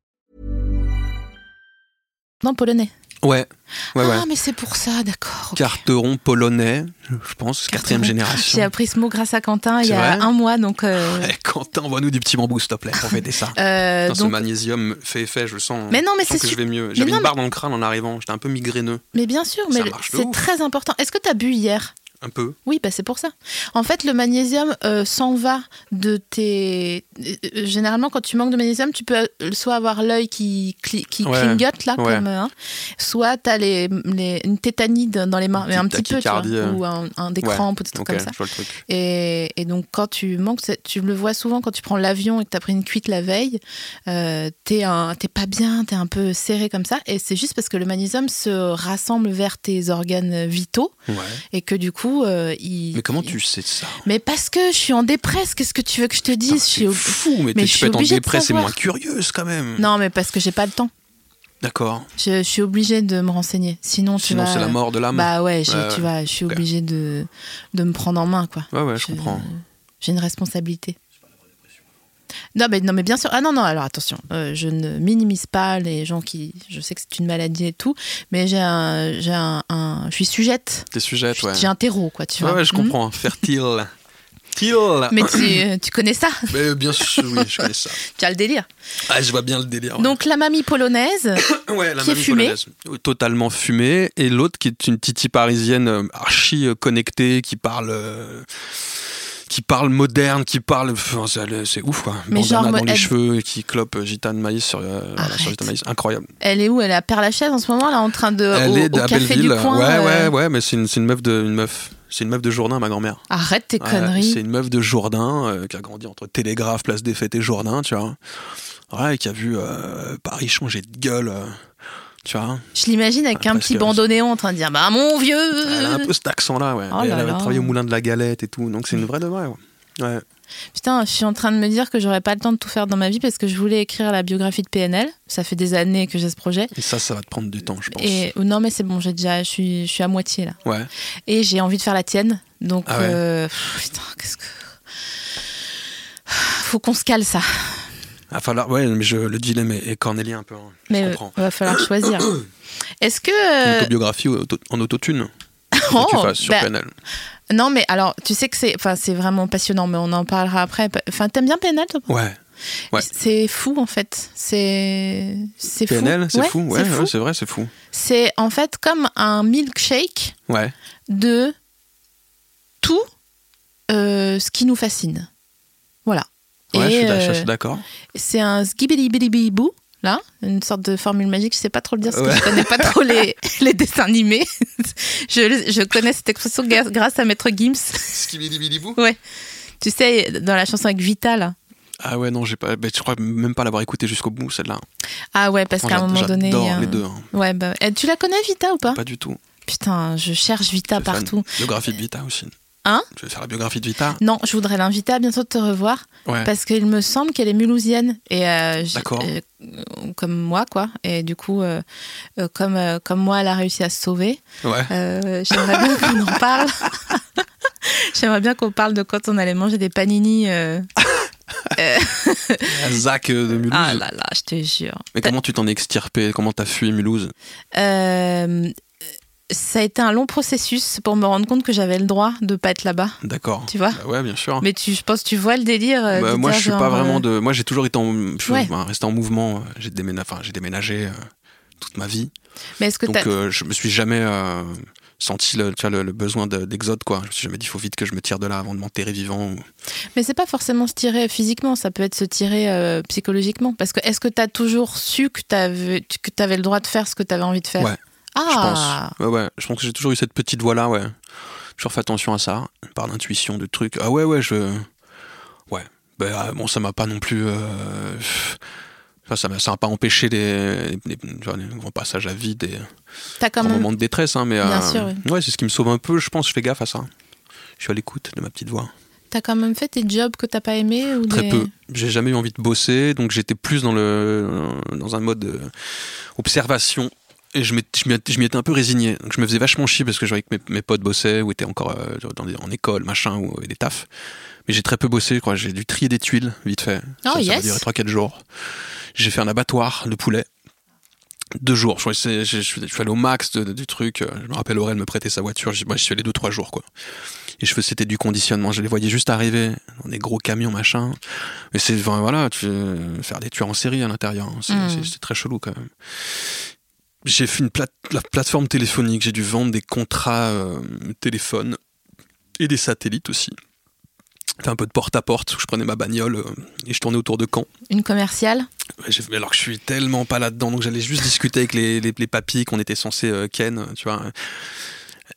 Speaker 2: polonais.
Speaker 3: Ouais, ouais, ouais.
Speaker 2: Ah, mais c'est pour ça, d'accord. ok.
Speaker 3: Carteron polonais, je pense, quatrième
Speaker 2: Carteron.
Speaker 3: génération.
Speaker 2: J'ai appris ce mot grâce à Quentin il y
Speaker 3: C'est
Speaker 2: a
Speaker 3: vrai
Speaker 2: un mois, donc. euh,
Speaker 3: Eh, Quentin, envoie-nous du petit bambou, s'il te plaît, pour fêter ça.
Speaker 2: euh,
Speaker 3: Putain,
Speaker 2: donc-
Speaker 3: Ce magnésium fait effet, je le sens.
Speaker 2: Mais non, mais
Speaker 3: Je sens
Speaker 2: c'est
Speaker 3: que je
Speaker 2: su-
Speaker 3: vais mieux.
Speaker 2: Mais
Speaker 3: J'avais
Speaker 2: non,
Speaker 3: une barre dans le crâne en arrivant, j'étais un peu migraineux,
Speaker 2: Mais bien sûr,
Speaker 3: Ça
Speaker 2: mais
Speaker 3: marche de
Speaker 2: c'est
Speaker 3: ouf.
Speaker 2: très important. Est-ce que t'as bu hier
Speaker 3: un peu.
Speaker 2: Oui, bah c'est pour ça. En fait, le magnésium euh, s'en va de tes. euh, euh, Généralement, quand tu manques de magnésium, tu peux euh, soit avoir l'œil qui, cli- qui
Speaker 3: Ouais,
Speaker 2: clignote, là,
Speaker 3: ouais.
Speaker 2: comme. euh, hein, soit t'as les, les- une tétanie dans dans les mains,
Speaker 3: Une
Speaker 2: mais un petit
Speaker 3: petite
Speaker 2: peu, tu vois,
Speaker 3: tachycardie, euh.
Speaker 2: ou un, un des
Speaker 3: Ouais,
Speaker 2: crampes, ou des trucs
Speaker 3: Ok,
Speaker 2: comme ça.
Speaker 3: je vois le truc.
Speaker 2: Et, et donc, quand tu manques, c'est- tu le vois souvent quand tu prends l'avion et que tu as pris une cuite la veille, euh, t'es un- t'es pas bien, t'es un peu serré comme ça. Et c'est juste parce que le magnésium se rassemble vers tes organes vitaux et que du coup, euh, il.
Speaker 3: Mais comment
Speaker 2: il-
Speaker 3: tu sais ça
Speaker 2: Mais parce que je suis en dépresse, qu'est-ce que tu veux que je te dise
Speaker 3: Putain,
Speaker 2: Je suis
Speaker 3: C'est
Speaker 2: au-
Speaker 3: fou, mais,
Speaker 2: mais
Speaker 3: t'es-
Speaker 2: je
Speaker 3: tu
Speaker 2: suis
Speaker 3: peux être en
Speaker 2: obligée de
Speaker 3: dépresse et
Speaker 2: savoir.
Speaker 3: moins curieuse quand même.
Speaker 2: Non, mais parce que j'ai pas le temps.
Speaker 3: D'accord.
Speaker 2: Je, je suis obligée de me renseigner. Sinon, tu
Speaker 3: Sinon,
Speaker 2: vas.
Speaker 3: c'est la mort de l'âme.
Speaker 2: Bah ouais, j'ai-
Speaker 3: Ouais,
Speaker 2: tu
Speaker 3: ouais.
Speaker 2: vois, je suis
Speaker 3: Ok.
Speaker 2: obligée de, de me prendre en main, quoi.
Speaker 3: ouais, ouais, je comprends.
Speaker 2: J'ai une responsabilité. Non mais, non, mais bien sûr. Ah non, non, alors attention, euh, je ne minimise pas les gens qui. Je sais que c'est une maladie et tout, mais j'ai un, j'ai un, un- Je suis sujette.
Speaker 3: T'es sujette,
Speaker 2: Je-
Speaker 3: ouais.
Speaker 2: J'ai un terreau, quoi, tu
Speaker 3: Ouais,
Speaker 2: vois.
Speaker 3: ouais, je
Speaker 2: Mhm.
Speaker 3: comprends. Fertile. Fertile. Ah,
Speaker 2: Mais tu, tu connais ça
Speaker 3: Mais bien sûr, oui, je connais ça.
Speaker 2: Tu as le délire.
Speaker 3: Ah, je vois bien le délire. ouais.
Speaker 2: Donc, la mamie polonaise,
Speaker 3: Ouais, la
Speaker 2: qui est
Speaker 3: mamie
Speaker 2: fumée.
Speaker 3: polonaise. Oui, Totalement fumée. Et l'autre qui est une titi parisienne euh, archi euh, connectée, qui parle. euh, qui parle moderne, qui parle. enfin, ça, le- c'est ouf, quoi.
Speaker 2: Mais
Speaker 3: Bandana
Speaker 2: genre,
Speaker 3: dans
Speaker 2: elle-
Speaker 3: les cheveux, et qui clope euh, Gitane Maïs sur, euh, voilà,
Speaker 2: Arrête.
Speaker 3: sur Gitane Maïs. Incroyable.
Speaker 2: elle est où Elle est à Père-Lachaise en ce moment, là, en train de.
Speaker 3: elle
Speaker 2: Euh, au,
Speaker 3: est
Speaker 2: au
Speaker 3: à
Speaker 2: café
Speaker 3: Belleville.
Speaker 2: du coin.
Speaker 3: ouais,
Speaker 2: euh,
Speaker 3: ouais, ouais, mais c'est une, c'est une meuf de. Une meuf. C'est une meuf de Jourdain, ma grand-mère.
Speaker 2: Arrête tes
Speaker 3: Ouais,
Speaker 2: conneries.
Speaker 3: c'est une meuf de Jourdain euh, qui a grandi entre Télégraphe, Place des Fêtes et Jourdain, tu vois. Ouais, et qui a vu euh, Paris changer de gueule, euh, tu vois.
Speaker 2: Je l'imagine avec
Speaker 3: Ah,
Speaker 2: un
Speaker 3: parce
Speaker 2: petit
Speaker 3: que-
Speaker 2: bandeau néon en train de dire Bah, mon vieux
Speaker 3: Elle a un peu cet accent-là, ouais.
Speaker 2: Oh
Speaker 3: Et
Speaker 2: là
Speaker 3: elle a
Speaker 2: là.
Speaker 3: travaillé au Moulin de la Galette et tout, donc c'est une vraie de vraie, ouais. Ouais.
Speaker 2: Putain, je suis en train de me dire que j'aurais pas le temps de tout faire dans ma vie parce que je voulais écrire la biographie de PNL. Ça fait des années que j'ai ce projet.
Speaker 3: Et ça, ça va te prendre du temps, je pense.
Speaker 2: Et oh, non, mais c'est bon, j'ai déjà, je suis, je suis à moitié là.
Speaker 3: Ouais.
Speaker 2: Et j'ai envie de faire la tienne. Donc,
Speaker 3: Ah ouais.
Speaker 2: euh, pff, putain, qu'est-ce que. Faut qu'on se cale ça.
Speaker 3: Ah, falloir- ouais, mais je, le dilemme est, est cornélien un peu. hein. Je
Speaker 2: Mais euh,
Speaker 3: comprends.
Speaker 2: va falloir choisir. Est-ce que.
Speaker 3: Une
Speaker 2: euh,
Speaker 3: autobiographie au- auto- en autotune
Speaker 2: oh,
Speaker 3: que tu fasses sur
Speaker 2: bah,
Speaker 3: PNL.
Speaker 2: Non, mais alors, tu sais que c'est enfin, c'est vraiment passionnant, mais on en parlera après. Enfin, t'aimes bien PNL, toi
Speaker 3: Ouais. Ouais.
Speaker 2: C'est fou, en fait. C'est. C'est fou.
Speaker 3: PNL, c'est
Speaker 2: Ouais,
Speaker 3: fou. Ouais,
Speaker 2: c'est
Speaker 3: ouais,
Speaker 2: fou.
Speaker 3: c'est vrai, c'est fou.
Speaker 2: C'est en fait comme un milkshake
Speaker 3: Ouais.
Speaker 2: de tout euh, ce qui nous fascine. Voilà.
Speaker 3: Ouais, je
Speaker 2: Et,
Speaker 3: suis d'a- je
Speaker 2: euh,
Speaker 3: suis d'accord.
Speaker 2: c'est un skibidi-bidi-bou, là, une sorte de formule magique. Je sais pas trop le dire parce
Speaker 3: Ouais.
Speaker 2: que je connais pas trop les, les dessins animés. je, je connais cette expression gra- grâce à Maître Gims. ouais. Tu sais, dans la chanson avec Vita, là.
Speaker 3: Ah ouais, non, j'ai pas. bah, je crois même pas l'avoir écoutée jusqu'au bout, celle-là.
Speaker 2: Ah ouais, parce
Speaker 3: Oh,
Speaker 2: qu'à un
Speaker 3: j'a-
Speaker 2: moment donné. il y a
Speaker 3: J'adore les
Speaker 2: un-
Speaker 3: deux. hein.
Speaker 2: Ouais, bah, eh, tu la connais, Vita, ou pas,
Speaker 3: Pas du tout.
Speaker 2: Putain, je cherche Vita
Speaker 3: T'es fan.
Speaker 2: Ah, partout.
Speaker 3: Biographie de Vita aussi.
Speaker 2: Hein
Speaker 3: Tu veux faire la biographie de Vita
Speaker 2: Non, je voudrais l'inviter à bientôt de te revoir
Speaker 3: Ouais.
Speaker 2: parce qu'il me semble qu'elle est mulhousienne et euh, j'ai-
Speaker 3: D'accord.
Speaker 2: euh, comme moi quoi et du coup euh, euh, comme euh, comme moi elle a réussi à se sauver.
Speaker 3: Ouais.
Speaker 2: euh, J'aimerais bien qu'on en parle. J'aimerais bien qu'on parle de quand on allait manger des panini. euh.
Speaker 3: Zach euh, de Mulhouse.
Speaker 2: Ah là là, je te jure.
Speaker 3: Mais comment tu t'en es extirpé Comment t'as fui Mulhouse
Speaker 2: Euh, ça a été un long processus pour me rendre compte que j'avais le droit de pas être là-bas.
Speaker 3: D'accord.
Speaker 2: Tu vois
Speaker 3: Bah Ouais, bien sûr.
Speaker 2: Mais tu, je pense, que tu vois le délire. euh,
Speaker 3: Bah,
Speaker 2: de
Speaker 3: moi,
Speaker 2: dire
Speaker 3: je suis pas
Speaker 2: genre,
Speaker 3: vraiment
Speaker 2: euh,
Speaker 3: de. Moi, j'ai toujours été en. Je suis
Speaker 2: Ouais.
Speaker 3: bah, resté en mouvement. J'ai déménagé, enfin, j'ai déménagé euh, toute ma vie.
Speaker 2: Mais est-ce que
Speaker 3: Donc,
Speaker 2: t'as-
Speaker 3: euh, je me suis jamais euh, senti le, tu vois, le, le besoin de- d'exode, quoi. Je me suis jamais dit, faut vite que je me tire de là avant de m'enterrer vivant. ou-
Speaker 2: Mais c'est pas forcément se tirer physiquement, ça peut être se tirer euh, psychologiquement. Parce que est-ce que t'as toujours su que t'avais que t'avais le droit de faire ce que t'avais envie de faire
Speaker 3: Ouais,
Speaker 2: Ah
Speaker 3: Je pense. Ouais, ouais. Je pense que j'ai toujours eu cette petite voix-là, ouais. Toujours fait attention à ça, par l'intuition de trucs. Ah ouais, ouais, je. Ouais. Ben, ah, bon, ça m'a pas non plus. euh, pff. Enfin, ça m'a ça m'a pas empêché les, les- tu vois, les grands passages à vide et
Speaker 2: T'as quand
Speaker 3: grands
Speaker 2: même.
Speaker 3: moments de détresse, hein, mais.
Speaker 2: Bien sûr,
Speaker 3: Ouais, c'est ce qui me sauve un peu, je pense, je fais gaffe à ça. Je suis à l'écoute de ma petite voix.
Speaker 2: T'as quand même fait tes jobs que t'as pas aimé ou
Speaker 3: Très
Speaker 2: des-
Speaker 3: peu. J'ai jamais eu envie de bosser, donc j'étais plus dans, le, dans un mode euh, observation. Et je m'étais- je m'y étais- je m'y étais un peu résigné. Donc je me faisais vachement chier parce que je voyais que mes, mes potes bossaient ou étaient encore euh, dans des- en école, machin, ou avaient des tafs. Mais j'ai très peu bossé, je crois. J'ai dû trier des tuiles, vite fait.
Speaker 2: Oh,
Speaker 3: ça, ça
Speaker 2: yes.
Speaker 3: m'a duré 3-4 jours. J'ai fait un abattoir de poulet. Deux jours. Je, crois que c'est- je- je suis je suis allé au max de- de- du truc. Euh, Je me rappelle, Aurel me prêtait sa voiture. Je, moi, je suis allé deux, trois jours, quoi. Et je faisais, c'était du conditionnement. Je les voyais juste arriver dans des gros camions, machin. Mais c'est, enfin, voilà, tu, euh, faire des tueurs en série à l'intérieur. hein. C'est
Speaker 2: Mm.
Speaker 3: c'est- c'est très chelou, quand même. J'ai fait une plate- la plateforme téléphonique. J'ai dû vendre des contrats euh, téléphone et des satellites aussi. Fait un peu de porte-à-porte où je prenais ma bagnole euh, et je tournais autour de Caen.
Speaker 2: Une commerciale
Speaker 3: Ouais, j'ai- Alors que je suis tellement pas là-dedans, donc j'allais juste discuter avec les, les, les papis qu'on était censé ken, tu vois.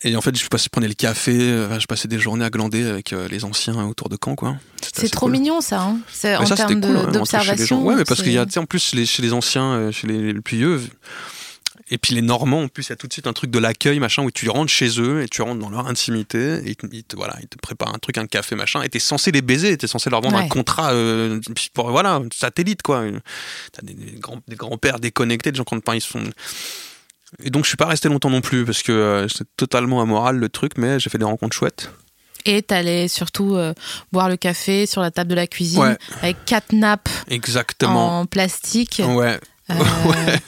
Speaker 3: Et en fait, je, passais, je prenais le café, euh, je passais des journées à glander avec euh, les anciens autour de Caen, quoi. C'était
Speaker 2: C'est
Speaker 3: assez
Speaker 2: trop
Speaker 3: cool.
Speaker 2: mignon ça, hein C'est-
Speaker 3: Mais
Speaker 2: en
Speaker 3: ça, c'était
Speaker 2: termes
Speaker 3: cool, hein,
Speaker 2: de-
Speaker 3: rentrer chez les gens.
Speaker 2: d'observation.
Speaker 3: Ouais, mais parce qu'il y a,
Speaker 2: c'est-
Speaker 3: tu sais, en plus, les- chez les anciens, euh, chez les, les plus vieux, et puis les Normands, en plus, il y a tout de suite un truc de l'accueil, machin, où tu rentres chez eux et tu rentres dans leur intimité, et ils te, ils te- voilà, ils te préparent un truc, un café, machin, et t'es censé les baiser, t'es censé leur vendre
Speaker 2: Ouais.
Speaker 3: un contrat, euh, pour- voilà, satellite, quoi. Euh, T'as des, des grands- des grands-pères déconnectés, des gens qui ont- enfin, ils sont. Et donc, je suis pas resté longtemps non plus, parce que euh, c'est totalement amoral le truc, mais j'ai fait des rencontres chouettes.
Speaker 2: Et t'allais surtout euh, boire le café sur la table de la cuisine
Speaker 3: Ouais.
Speaker 2: avec quatre nappes
Speaker 3: Exactement.
Speaker 2: en plastique,
Speaker 3: Ouais.
Speaker 2: Euh,
Speaker 3: ouais.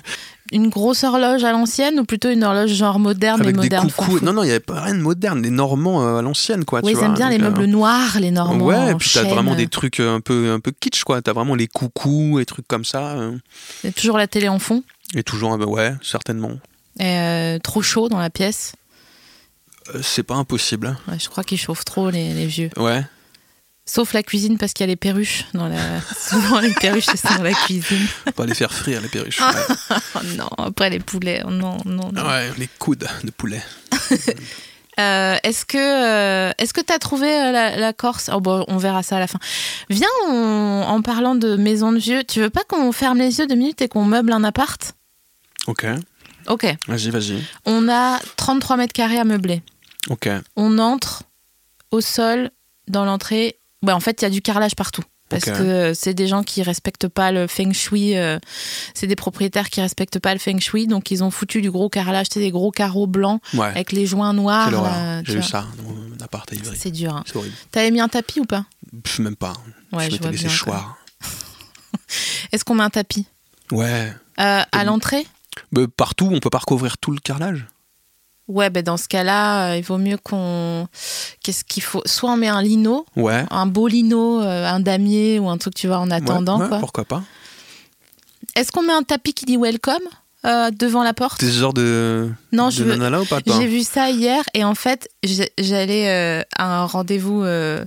Speaker 2: une grosse horloge à l'ancienne ou plutôt une horloge genre moderne
Speaker 3: Avec
Speaker 2: Ah, mais
Speaker 3: des
Speaker 2: moderne.
Speaker 3: coucous.
Speaker 2: fanfou.
Speaker 3: Non, non, il n'y avait pas rien de moderne. Les Normands euh, à l'ancienne, quoi.
Speaker 2: oui,
Speaker 3: tu
Speaker 2: ils
Speaker 3: vois,
Speaker 2: aiment bien
Speaker 3: donc,
Speaker 2: les
Speaker 3: euh,
Speaker 2: meubles noirs, les normands.
Speaker 3: Ouais,
Speaker 2: en
Speaker 3: puis t'as
Speaker 2: chêne.
Speaker 3: vraiment des trucs euh, un peu, un peu kitsch, quoi. T'as vraiment les coucous et trucs comme ça. euh,
Speaker 2: Et Toujours la télé en fond,
Speaker 3: Et toujours, ah bah ouais, certainement.
Speaker 2: et, euh, trop chaud dans la pièce.
Speaker 3: Euh, C'est pas impossible. hein.
Speaker 2: Ouais, je crois qu'ils chauffent trop les, les vieux.
Speaker 3: Ouais.
Speaker 2: Sauf la cuisine parce qu'il y a les perruches dans la. Souvent les perruches elles sont dans la cuisine.
Speaker 3: Pas les faire frire, les perruches.
Speaker 2: Oh non, après les poulets, oh non, non,
Speaker 3: Ouais.
Speaker 2: non.
Speaker 3: Ouais, les coudes de poulet.
Speaker 2: Euh, est-ce que euh, est-ce que t'as trouvé euh, la, la Corse Oh bon, on verra ça à la fin. Viens, on- en parlant de maison de vieux, tu veux pas qu'on ferme les yeux deux minutes et qu'on meuble un appart
Speaker 3: Ok.
Speaker 2: Ok.
Speaker 3: Vas-y, vas-y.
Speaker 2: On a 33 mètres carrés à meubler.
Speaker 3: Ok.
Speaker 2: On entre au sol dans l'entrée. Ouais, en fait, il y a du carrelage partout. Parce
Speaker 3: Ok.
Speaker 2: que euh, c'est des gens qui respectent pas le feng shui, euh, c'est des propriétaires qui respectent pas le feng shui, donc ils ont foutu du gros carrelage, c'est des gros carreaux blancs
Speaker 3: Ouais.
Speaker 2: avec les joints noirs.
Speaker 3: Quelle
Speaker 2: là,
Speaker 3: horreur.
Speaker 2: Ah, euh, tu
Speaker 3: J'ai eu
Speaker 2: vois.
Speaker 3: ça dans mon appart à Ivry.
Speaker 2: C'est dur. hein.
Speaker 3: C'est horrible.
Speaker 2: T'avais mis un tapis ou pas
Speaker 3: Pff, même pas.
Speaker 2: Ouais,
Speaker 3: je
Speaker 2: je
Speaker 3: mettais
Speaker 2: vois
Speaker 3: des
Speaker 2: bien, quoi.
Speaker 3: séchoirs.
Speaker 2: Est-ce qu'on met un tapis
Speaker 3: Ouais.
Speaker 2: Euh, À l'entrée
Speaker 3: Mais partout, on peut pas recouvrir tout le carrelage.
Speaker 2: Ouais, ben dans ce cas-là, euh, il vaut mieux qu'on. Qu'est-ce qu'il faut Soit on met un lino,
Speaker 3: Ouais.
Speaker 2: un beau lino, euh, un damier ou un truc, tu vois, en attendant.
Speaker 3: Ouais, ouais,
Speaker 2: quoi.
Speaker 3: Pourquoi pas
Speaker 2: Est-ce qu'on met un tapis qui dit welcome euh, devant la porte
Speaker 3: T'es ce genre de.
Speaker 2: Non,
Speaker 3: de
Speaker 2: je veux-
Speaker 3: nana-là ou pas toi
Speaker 2: J'ai vu ça hier et en fait, j'ai- j'allais euh, à un rendez-vous euh,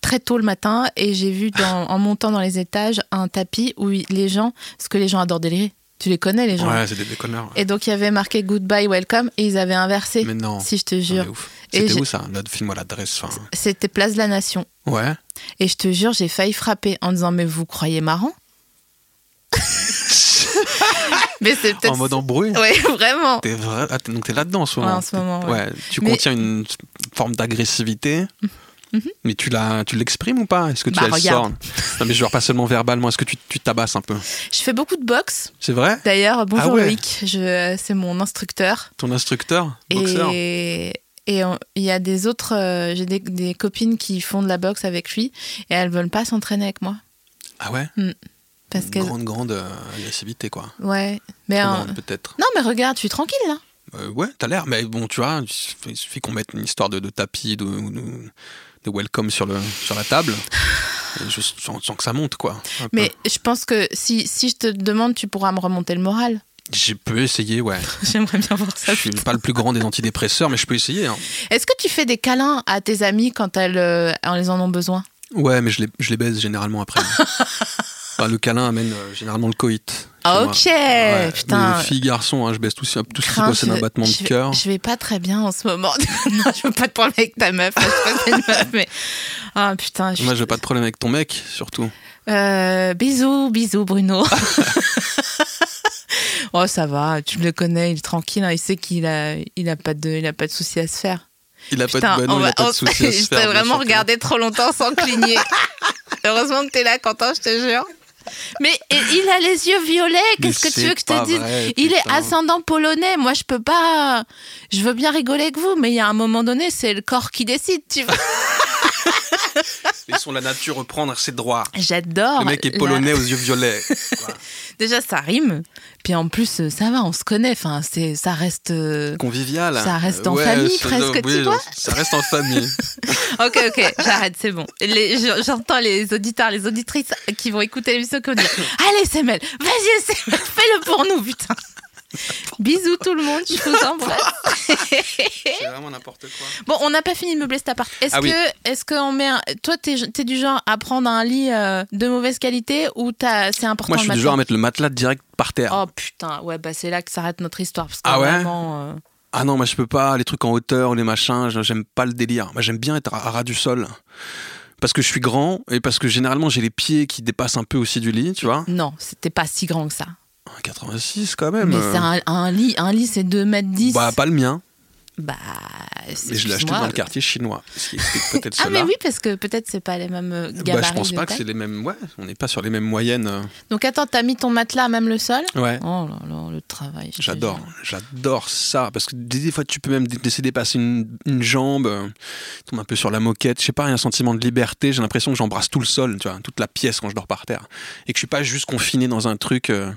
Speaker 2: très tôt le matin et j'ai vu dans- en montant dans les étages un tapis où il- les gens, parce que les gens adorent délirer, tu les connais les gens.
Speaker 3: Ouais, c'est des déconneurs.
Speaker 2: Et donc il y avait marqué goodbye, welcome et ils avaient inversé.
Speaker 3: Mais non.
Speaker 2: Si je te
Speaker 3: Non, Ah, mais
Speaker 2: jure.
Speaker 3: ouf.
Speaker 2: Et
Speaker 3: C'était
Speaker 2: j'ai-
Speaker 3: où ça Là, File-moi l'adresse. enfin.
Speaker 2: C'était Place de la Nation.
Speaker 3: Ouais.
Speaker 2: Et je te jure, j'ai failli frapper en disant mais vous croyez marrant Mais c'est peut-être.
Speaker 3: En mode embrouille
Speaker 2: Ouais, vraiment.
Speaker 3: T'es vrai... ah, t'es- Donc t'es là-dedans en ce
Speaker 2: Ouais,
Speaker 3: moment.
Speaker 2: en ce moment, ouais.
Speaker 3: Tu
Speaker 2: Mais- Mm-hmm.
Speaker 3: contiens une forme d'agressivité. Mais tu la- tu l'exprimes ou pas Est-ce que tu
Speaker 2: Bah,
Speaker 3: la sors
Speaker 2: regarde.
Speaker 3: Non, mais je veux dire, pas seulement verbalement. Est-ce que tu, tu tabasses un peu
Speaker 2: Je fais beaucoup de boxe.
Speaker 3: C'est vrai
Speaker 2: D'ailleurs, bonjour
Speaker 3: Ah ouais.
Speaker 2: Loïc, je- euh, c'est mon instructeur.
Speaker 3: Ton instructeur Boxeur
Speaker 2: Et et on- il y a des autres, euh, j'ai des, des copines qui font de la boxe avec lui et elles veulent pas s'entraîner avec moi.
Speaker 3: Ah ouais
Speaker 2: Parce que.
Speaker 3: Grande, grande euh, agressivité, quoi.
Speaker 2: Ouais. Mais
Speaker 3: Trop
Speaker 2: euh,
Speaker 3: grande, peut-être.
Speaker 2: Non, mais regarde, je suis tranquille hein. là.
Speaker 3: Euh, ouais, t'as l'air, mais bon, tu vois, il suffit- il suffit qu'on mette une histoire de, de tapis, de, de- de welcome sur, le, sur la table. Et je sens, sens que ça monte, quoi. un peu.
Speaker 2: Mais je pense que si, si je te demande, tu pourras me remonter le moral.
Speaker 3: J'ai peux essayer, ouais.
Speaker 2: J'aimerais bien voir
Speaker 3: Je
Speaker 2: ça.
Speaker 3: suis pas le plus grand des antidépresseurs, mais je peux essayer. hein.
Speaker 2: Est-ce que tu fais des câlins à tes amis quand elles, euh, elles en ont besoin
Speaker 3: Ouais, mais je les, je les baise généralement après. Enfin, le câlin amène euh, généralement le coït. chez
Speaker 2: Ah,
Speaker 3: moi.
Speaker 2: ok, putain.
Speaker 3: mais Filles, garçons, hein, je baise tous, tous ceux qui
Speaker 2: Crainte,
Speaker 3: possèdent un battement
Speaker 2: je
Speaker 3: de
Speaker 2: vais-
Speaker 3: cœur.
Speaker 2: Je vais pas très bien en ce moment. non, je veux pas te parler avec ta meuf. là, Je sais pas si c'est une meuf, mais. Ah putain. Je...
Speaker 3: Moi, j'ai pas de problème avec ton mec, surtout.
Speaker 2: Euh, bisous, bisous, Bruno. oh, ça va. Tu le connais, il est tranquille. hein, il sait qu'il a, il a pas de, il a pas de soucis à se faire.
Speaker 3: Il a
Speaker 2: putain,
Speaker 3: pas de, bah non,
Speaker 2: on
Speaker 3: il a
Speaker 2: va-
Speaker 3: pas
Speaker 2: on-
Speaker 3: de soucis à se
Speaker 2: je
Speaker 3: faire,
Speaker 2: t'ai
Speaker 3: bien
Speaker 2: vraiment
Speaker 3: sûr que non.
Speaker 2: regardé trop longtemps sans cligner. Heureusement que t'es là, Quentin. Je te jure. Mais et il a les yeux violets,
Speaker 3: Mais
Speaker 2: qu'est-ce que tu
Speaker 3: c'est
Speaker 2: veux que je
Speaker 3: pas
Speaker 2: te dise
Speaker 3: vrai,
Speaker 2: Il est
Speaker 3: putain.
Speaker 2: ascendant polonais, moi je peux pas. Je veux bien rigoler avec vous, mais il y a un moment donné, c'est le corps qui décide, tu vois.
Speaker 3: Laissons la nature reprendre ses droits.
Speaker 2: J'adore.
Speaker 3: Le mec est
Speaker 2: la-
Speaker 3: polonais aux yeux violets. Voilà.
Speaker 2: Déjà, ça rime. Puis en plus, euh, ça va, on se connaît. Enfin, c'est, ça reste. euh,
Speaker 3: Convivial.
Speaker 2: Ça reste en
Speaker 3: Ouais,
Speaker 2: famille,
Speaker 3: ça-
Speaker 2: presque,
Speaker 3: oui,
Speaker 2: tu vois.
Speaker 3: Ça reste en famille.
Speaker 2: Ok, ok, j'arrête, c'est bon. Les- je- j'entends les auditeurs, les auditrices qui vont écouter l'émission qui vont dire Allez, SML, vas-y, SML, fais-le pour nous, putain. Bisous tout le monde, je vous embrasse.
Speaker 3: C'est vraiment n'importe quoi.
Speaker 2: Bon, on n'a pas fini de meubler cet appart. Est-ce
Speaker 3: Ah
Speaker 2: que,
Speaker 3: oui.
Speaker 2: est-ce qu'on met un... Toi, t'es, t'es du genre à prendre un lit euh, de mauvaise qualité ou t'as... c'est important
Speaker 3: Moi, je suis
Speaker 2: le
Speaker 3: du genre à
Speaker 2: matelas
Speaker 3: mettre le matelas direct par terre.
Speaker 2: Oh putain, ouais, bah c'est là que s'arrête notre histoire. Parce que
Speaker 3: Ah ouais
Speaker 2: vraiment, euh,
Speaker 3: Ah non, moi, je peux pas. Les trucs en hauteur, les machins, je- j'aime pas le délire. Moi, j'aime bien être à à ras du sol. Parce que je suis grand et parce que généralement, j'ai les pieds qui dépassent un peu aussi du lit, tu vois.
Speaker 2: Non, c'était pas si grand que ça.
Speaker 3: 1,86 quand même.
Speaker 2: Mais
Speaker 3: euh.
Speaker 2: c'est un, un lit, un lit c'est 2 mètres 10.
Speaker 3: Bah, pas le mien.
Speaker 2: Bah,
Speaker 3: Mais je l'ai acheté
Speaker 2: excuse-moi.
Speaker 3: dans le quartier chinois. Ce qui explique peut-être
Speaker 2: Ah,
Speaker 3: cela.
Speaker 2: mais oui, parce que peut-être c'est pas les mêmes euh,
Speaker 3: Bah,
Speaker 2: gabarits.
Speaker 3: je pense
Speaker 2: de
Speaker 3: pas que
Speaker 2: taille.
Speaker 3: c'est les mêmes. Ouais, on n'est pas sur les mêmes moyennes. euh.
Speaker 2: Donc attends, t'as mis ton matelas à même le sol
Speaker 3: Ouais.
Speaker 2: Oh là là, le travail. je te
Speaker 3: J'adore,
Speaker 2: jure.
Speaker 3: j'adore ça. Parce que des, des fois, tu peux même dé- décider de passer une, une jambe, euh, tombe un peu sur la moquette. Je sais pas, il y a un sentiment de liberté. J'ai l'impression que j'embrasse tout le sol, tu vois, toute la pièce quand je dors par terre. Et que je suis pas juste confiné dans un truc. euh,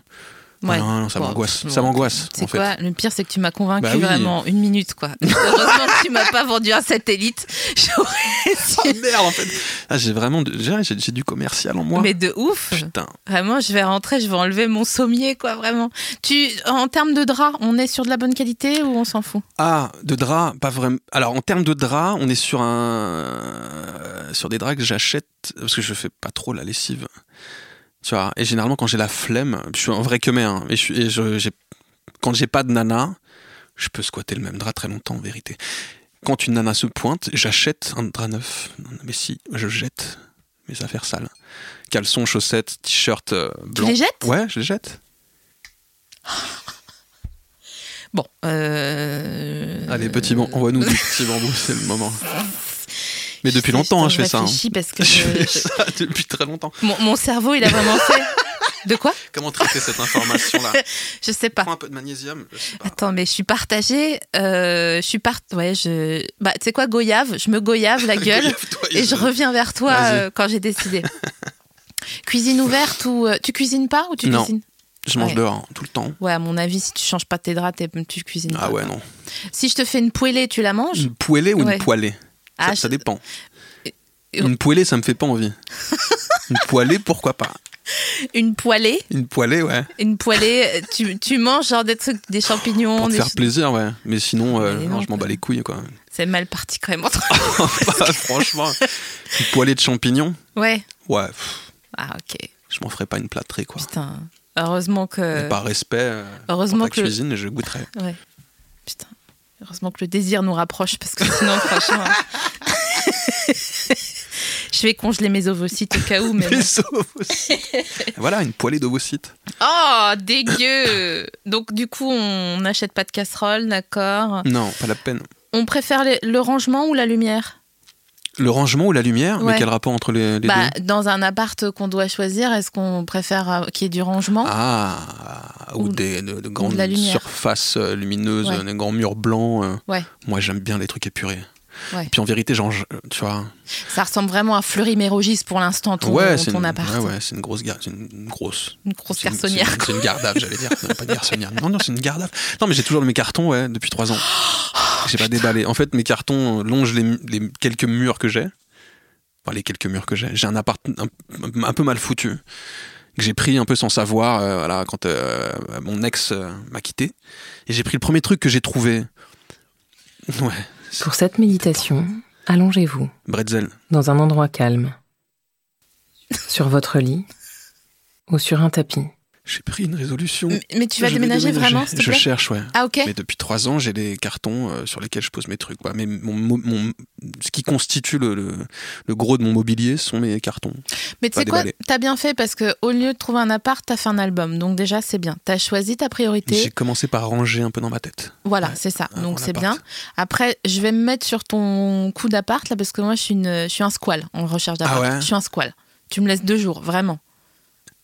Speaker 2: Ouais.
Speaker 3: Non, non, non, ça
Speaker 2: Bon,
Speaker 3: m'angoisse.
Speaker 2: bon.
Speaker 3: Ça m'angoisse,
Speaker 2: C'est
Speaker 3: en fait.
Speaker 2: quoi Le pire, c'est que tu m'as convaincu
Speaker 3: Bah oui.
Speaker 2: vraiment une minute, quoi. Heureusement que tu m'as pas vendu un satellite. J'aurais
Speaker 3: Oh
Speaker 2: dû-
Speaker 3: merde, en fait. Ah, j'ai vraiment. de- J'ai j'ai- j'ai du commercial en moi.
Speaker 2: Mais de ouf
Speaker 3: Putain.
Speaker 2: Vraiment, je vais rentrer, je vais enlever mon sommier, quoi, vraiment. Tu, en termes de drap, on est sur de la bonne qualité ou on s'en fout
Speaker 3: Ah, de draps, pas vraiment. Alors, en termes de draps, on est sur un. Sur des draps que j'achète, parce que je fais pas trop la lessive. Tu vois, et généralement, quand j'ai la flemme, je suis un vrai que hein, et, je, suis- et je- j'ai- quand j'ai pas de nana, je peux squatter le même drap très longtemps, en vérité. Quand une nana se pointe, j'achète un drap neuf. Non, non, mais si, je jette mes affaires sales. Caleçons, chaussettes, t-shirts euh, blancs.
Speaker 2: les jettes
Speaker 3: Ouais, je les jette.
Speaker 2: Bon. Euh...
Speaker 3: Allez, petit bambou, envoie-nous du petit bambou, c'est le moment. Mais depuis
Speaker 2: sais,
Speaker 3: longtemps, hein, je
Speaker 2: t'en
Speaker 3: fais ça. hein.
Speaker 2: réfléchis euh, parce que
Speaker 3: Je
Speaker 2: je-
Speaker 3: fais ça depuis très longtemps.
Speaker 2: Mon, mon cerveau, il a vraiment fait. De quoi
Speaker 3: Comment traiter cette information-là
Speaker 2: Je sais pas.
Speaker 3: Prends un peu de magnésium. je sais pas.
Speaker 2: Attends, mais je suis partagée. euh, je suis part. Ouais, je. Bah, tu sais quoi, goyave. Je me goyave la gueule
Speaker 3: Goyave-toi,
Speaker 2: et je
Speaker 3: Isabelle.
Speaker 2: reviens vers toi
Speaker 3: Vas-y.
Speaker 2: euh, quand j'ai décidé. Cuisine ouverte ou euh, tu cuisines pas ou tu
Speaker 3: Non.
Speaker 2: cuisines
Speaker 3: Je mange
Speaker 2: Ouais.
Speaker 3: dehors hein, tout le temps.
Speaker 2: Ouais, à mon avis, si tu changes pas tes draps, t'es- tu cuisines
Speaker 3: Ah
Speaker 2: pas,
Speaker 3: ouais,
Speaker 2: quoi.
Speaker 3: non.
Speaker 2: Si je te fais une poêlée, tu la manges
Speaker 3: Une poêlée ou
Speaker 2: Ouais.
Speaker 3: une poêlée ça,
Speaker 2: Ah,
Speaker 3: ça
Speaker 2: je-
Speaker 3: dépend.
Speaker 2: Et-
Speaker 3: Une poêlée, ça me fait pas envie. une poêlée, pourquoi pas
Speaker 2: Une poêlée,
Speaker 3: Une poêlée, ouais.
Speaker 2: une poêlée, euh, tu, tu manges genre des trucs, des champignons.
Speaker 3: Pour te
Speaker 2: des
Speaker 3: faire
Speaker 2: choses-
Speaker 3: plaisir, ouais. Mais sinon, euh,
Speaker 2: Mais
Speaker 3: non,
Speaker 2: non,
Speaker 3: je m'en bats
Speaker 2: quoi.
Speaker 3: les couilles, quoi.
Speaker 2: C'est mal parti quand même entre.
Speaker 3: Franchement, une poêlée de champignons,
Speaker 2: ouais.
Speaker 3: ouais, pff,
Speaker 2: Ah ok.
Speaker 3: je m'en ferais pas une plâtrée, quoi.
Speaker 2: Putain. Heureusement que.
Speaker 3: Mais Par respect euh,
Speaker 2: heureusement
Speaker 3: pour ta
Speaker 2: que-
Speaker 3: cuisine, je goûterais.
Speaker 2: Ouais. Putain. Heureusement que le désir nous rapproche parce que sinon, franchement. Je vais congeler mes ovocytes au cas où, mais.
Speaker 3: Les
Speaker 2: bon.
Speaker 3: ovocytes. voilà, une poêlée d'ovocytes.
Speaker 2: Oh, dégueu Donc, du coup, on n'achète pas de casserole, d'accord
Speaker 3: Non, pas la peine.
Speaker 2: On préfère le, le rangement ou la lumière
Speaker 3: Le rangement ou la lumière Mais
Speaker 2: Ouais.
Speaker 3: quel rapport entre les, les
Speaker 2: bah,
Speaker 3: deux
Speaker 2: Dans un appart qu'on doit choisir, est-ce qu'on préfère euh, qu'il y ait du rangement
Speaker 3: Ah, ou,
Speaker 2: Ou-
Speaker 3: des de, de
Speaker 2: ou
Speaker 3: grandes
Speaker 2: de la lumière.
Speaker 3: surfaces euh, lumineuses,
Speaker 2: Ouais.
Speaker 3: euh, des grands murs blancs. euh.
Speaker 2: Ouais.
Speaker 3: Moi, j'aime bien les trucs épurés.
Speaker 2: Ouais.
Speaker 3: Puis en vérité, genre, je- tu vois.
Speaker 2: Ça ressemble vraiment à Fleury-Mérogis pour l'instant, ton, euh,
Speaker 3: ouais, c'est
Speaker 2: ton
Speaker 3: une,
Speaker 2: appart.
Speaker 3: ouais, ouais, c'est une grosse gar- c'est une, une grosse.
Speaker 2: Une grosse
Speaker 3: c'est une-
Speaker 2: garçonnière.
Speaker 3: C'est une, c'est une garde-ave, j'allais dire. Non, pas une garçonnière. Non, non, c'est une garde-ave. Non, mais j'ai toujours mes cartons, ouais, depuis trois ans. J'ai pas déballé. En fait, mes cartons euh, longent les, mu- les quelques murs que j'ai. Enfin, les quelques murs que j'ai. J'ai un appart un, un peu mal foutu. Que j'ai pris un peu sans savoir, euh, voilà, quand euh, mon ex euh, m'a quitté. Et j'ai pris le premier truc que j'ai trouvé. Ouais,
Speaker 1: Pour cette méditation, allongez-vous
Speaker 3: bretzel.
Speaker 1: dans un endroit calme, sur votre lit ou sur un tapis.
Speaker 3: J'ai pris une résolution.
Speaker 2: Mais, mais tu vas
Speaker 3: Je vais
Speaker 2: déménager, vraiment, s'il te
Speaker 3: Je
Speaker 2: plaît
Speaker 3: cherche, ouais.
Speaker 2: Ah, ok.
Speaker 3: Mais depuis trois ans, j'ai des cartons euh, sur lesquels je pose mes trucs. Quoi. Mais mon, mo- mon- ce qui constitue le, le, le gros de mon mobilier sont mes cartons.
Speaker 2: Mais tu
Speaker 3: Pas
Speaker 2: sais quoi,
Speaker 3: déballé.
Speaker 2: t'as bien fait parce que au lieu de trouver un appart, t'as fait un album. Donc déjà, c'est bien. T'as choisi ta
Speaker 3: J'ai
Speaker 2: priorité.
Speaker 3: commencé par ranger un peu dans ma tête.
Speaker 2: Voilà,
Speaker 3: Ouais,
Speaker 2: c'est ça.
Speaker 3: un
Speaker 2: Donc
Speaker 3: bon
Speaker 2: c'est
Speaker 3: appart.
Speaker 2: bien. Après, je vais me mettre sur ton coup d'appart là parce que moi, je suis, une, je suis un squal en recherche d'appart.
Speaker 3: Ah ouais
Speaker 2: Je suis un squal. Tu me laisses deux jours, vraiment.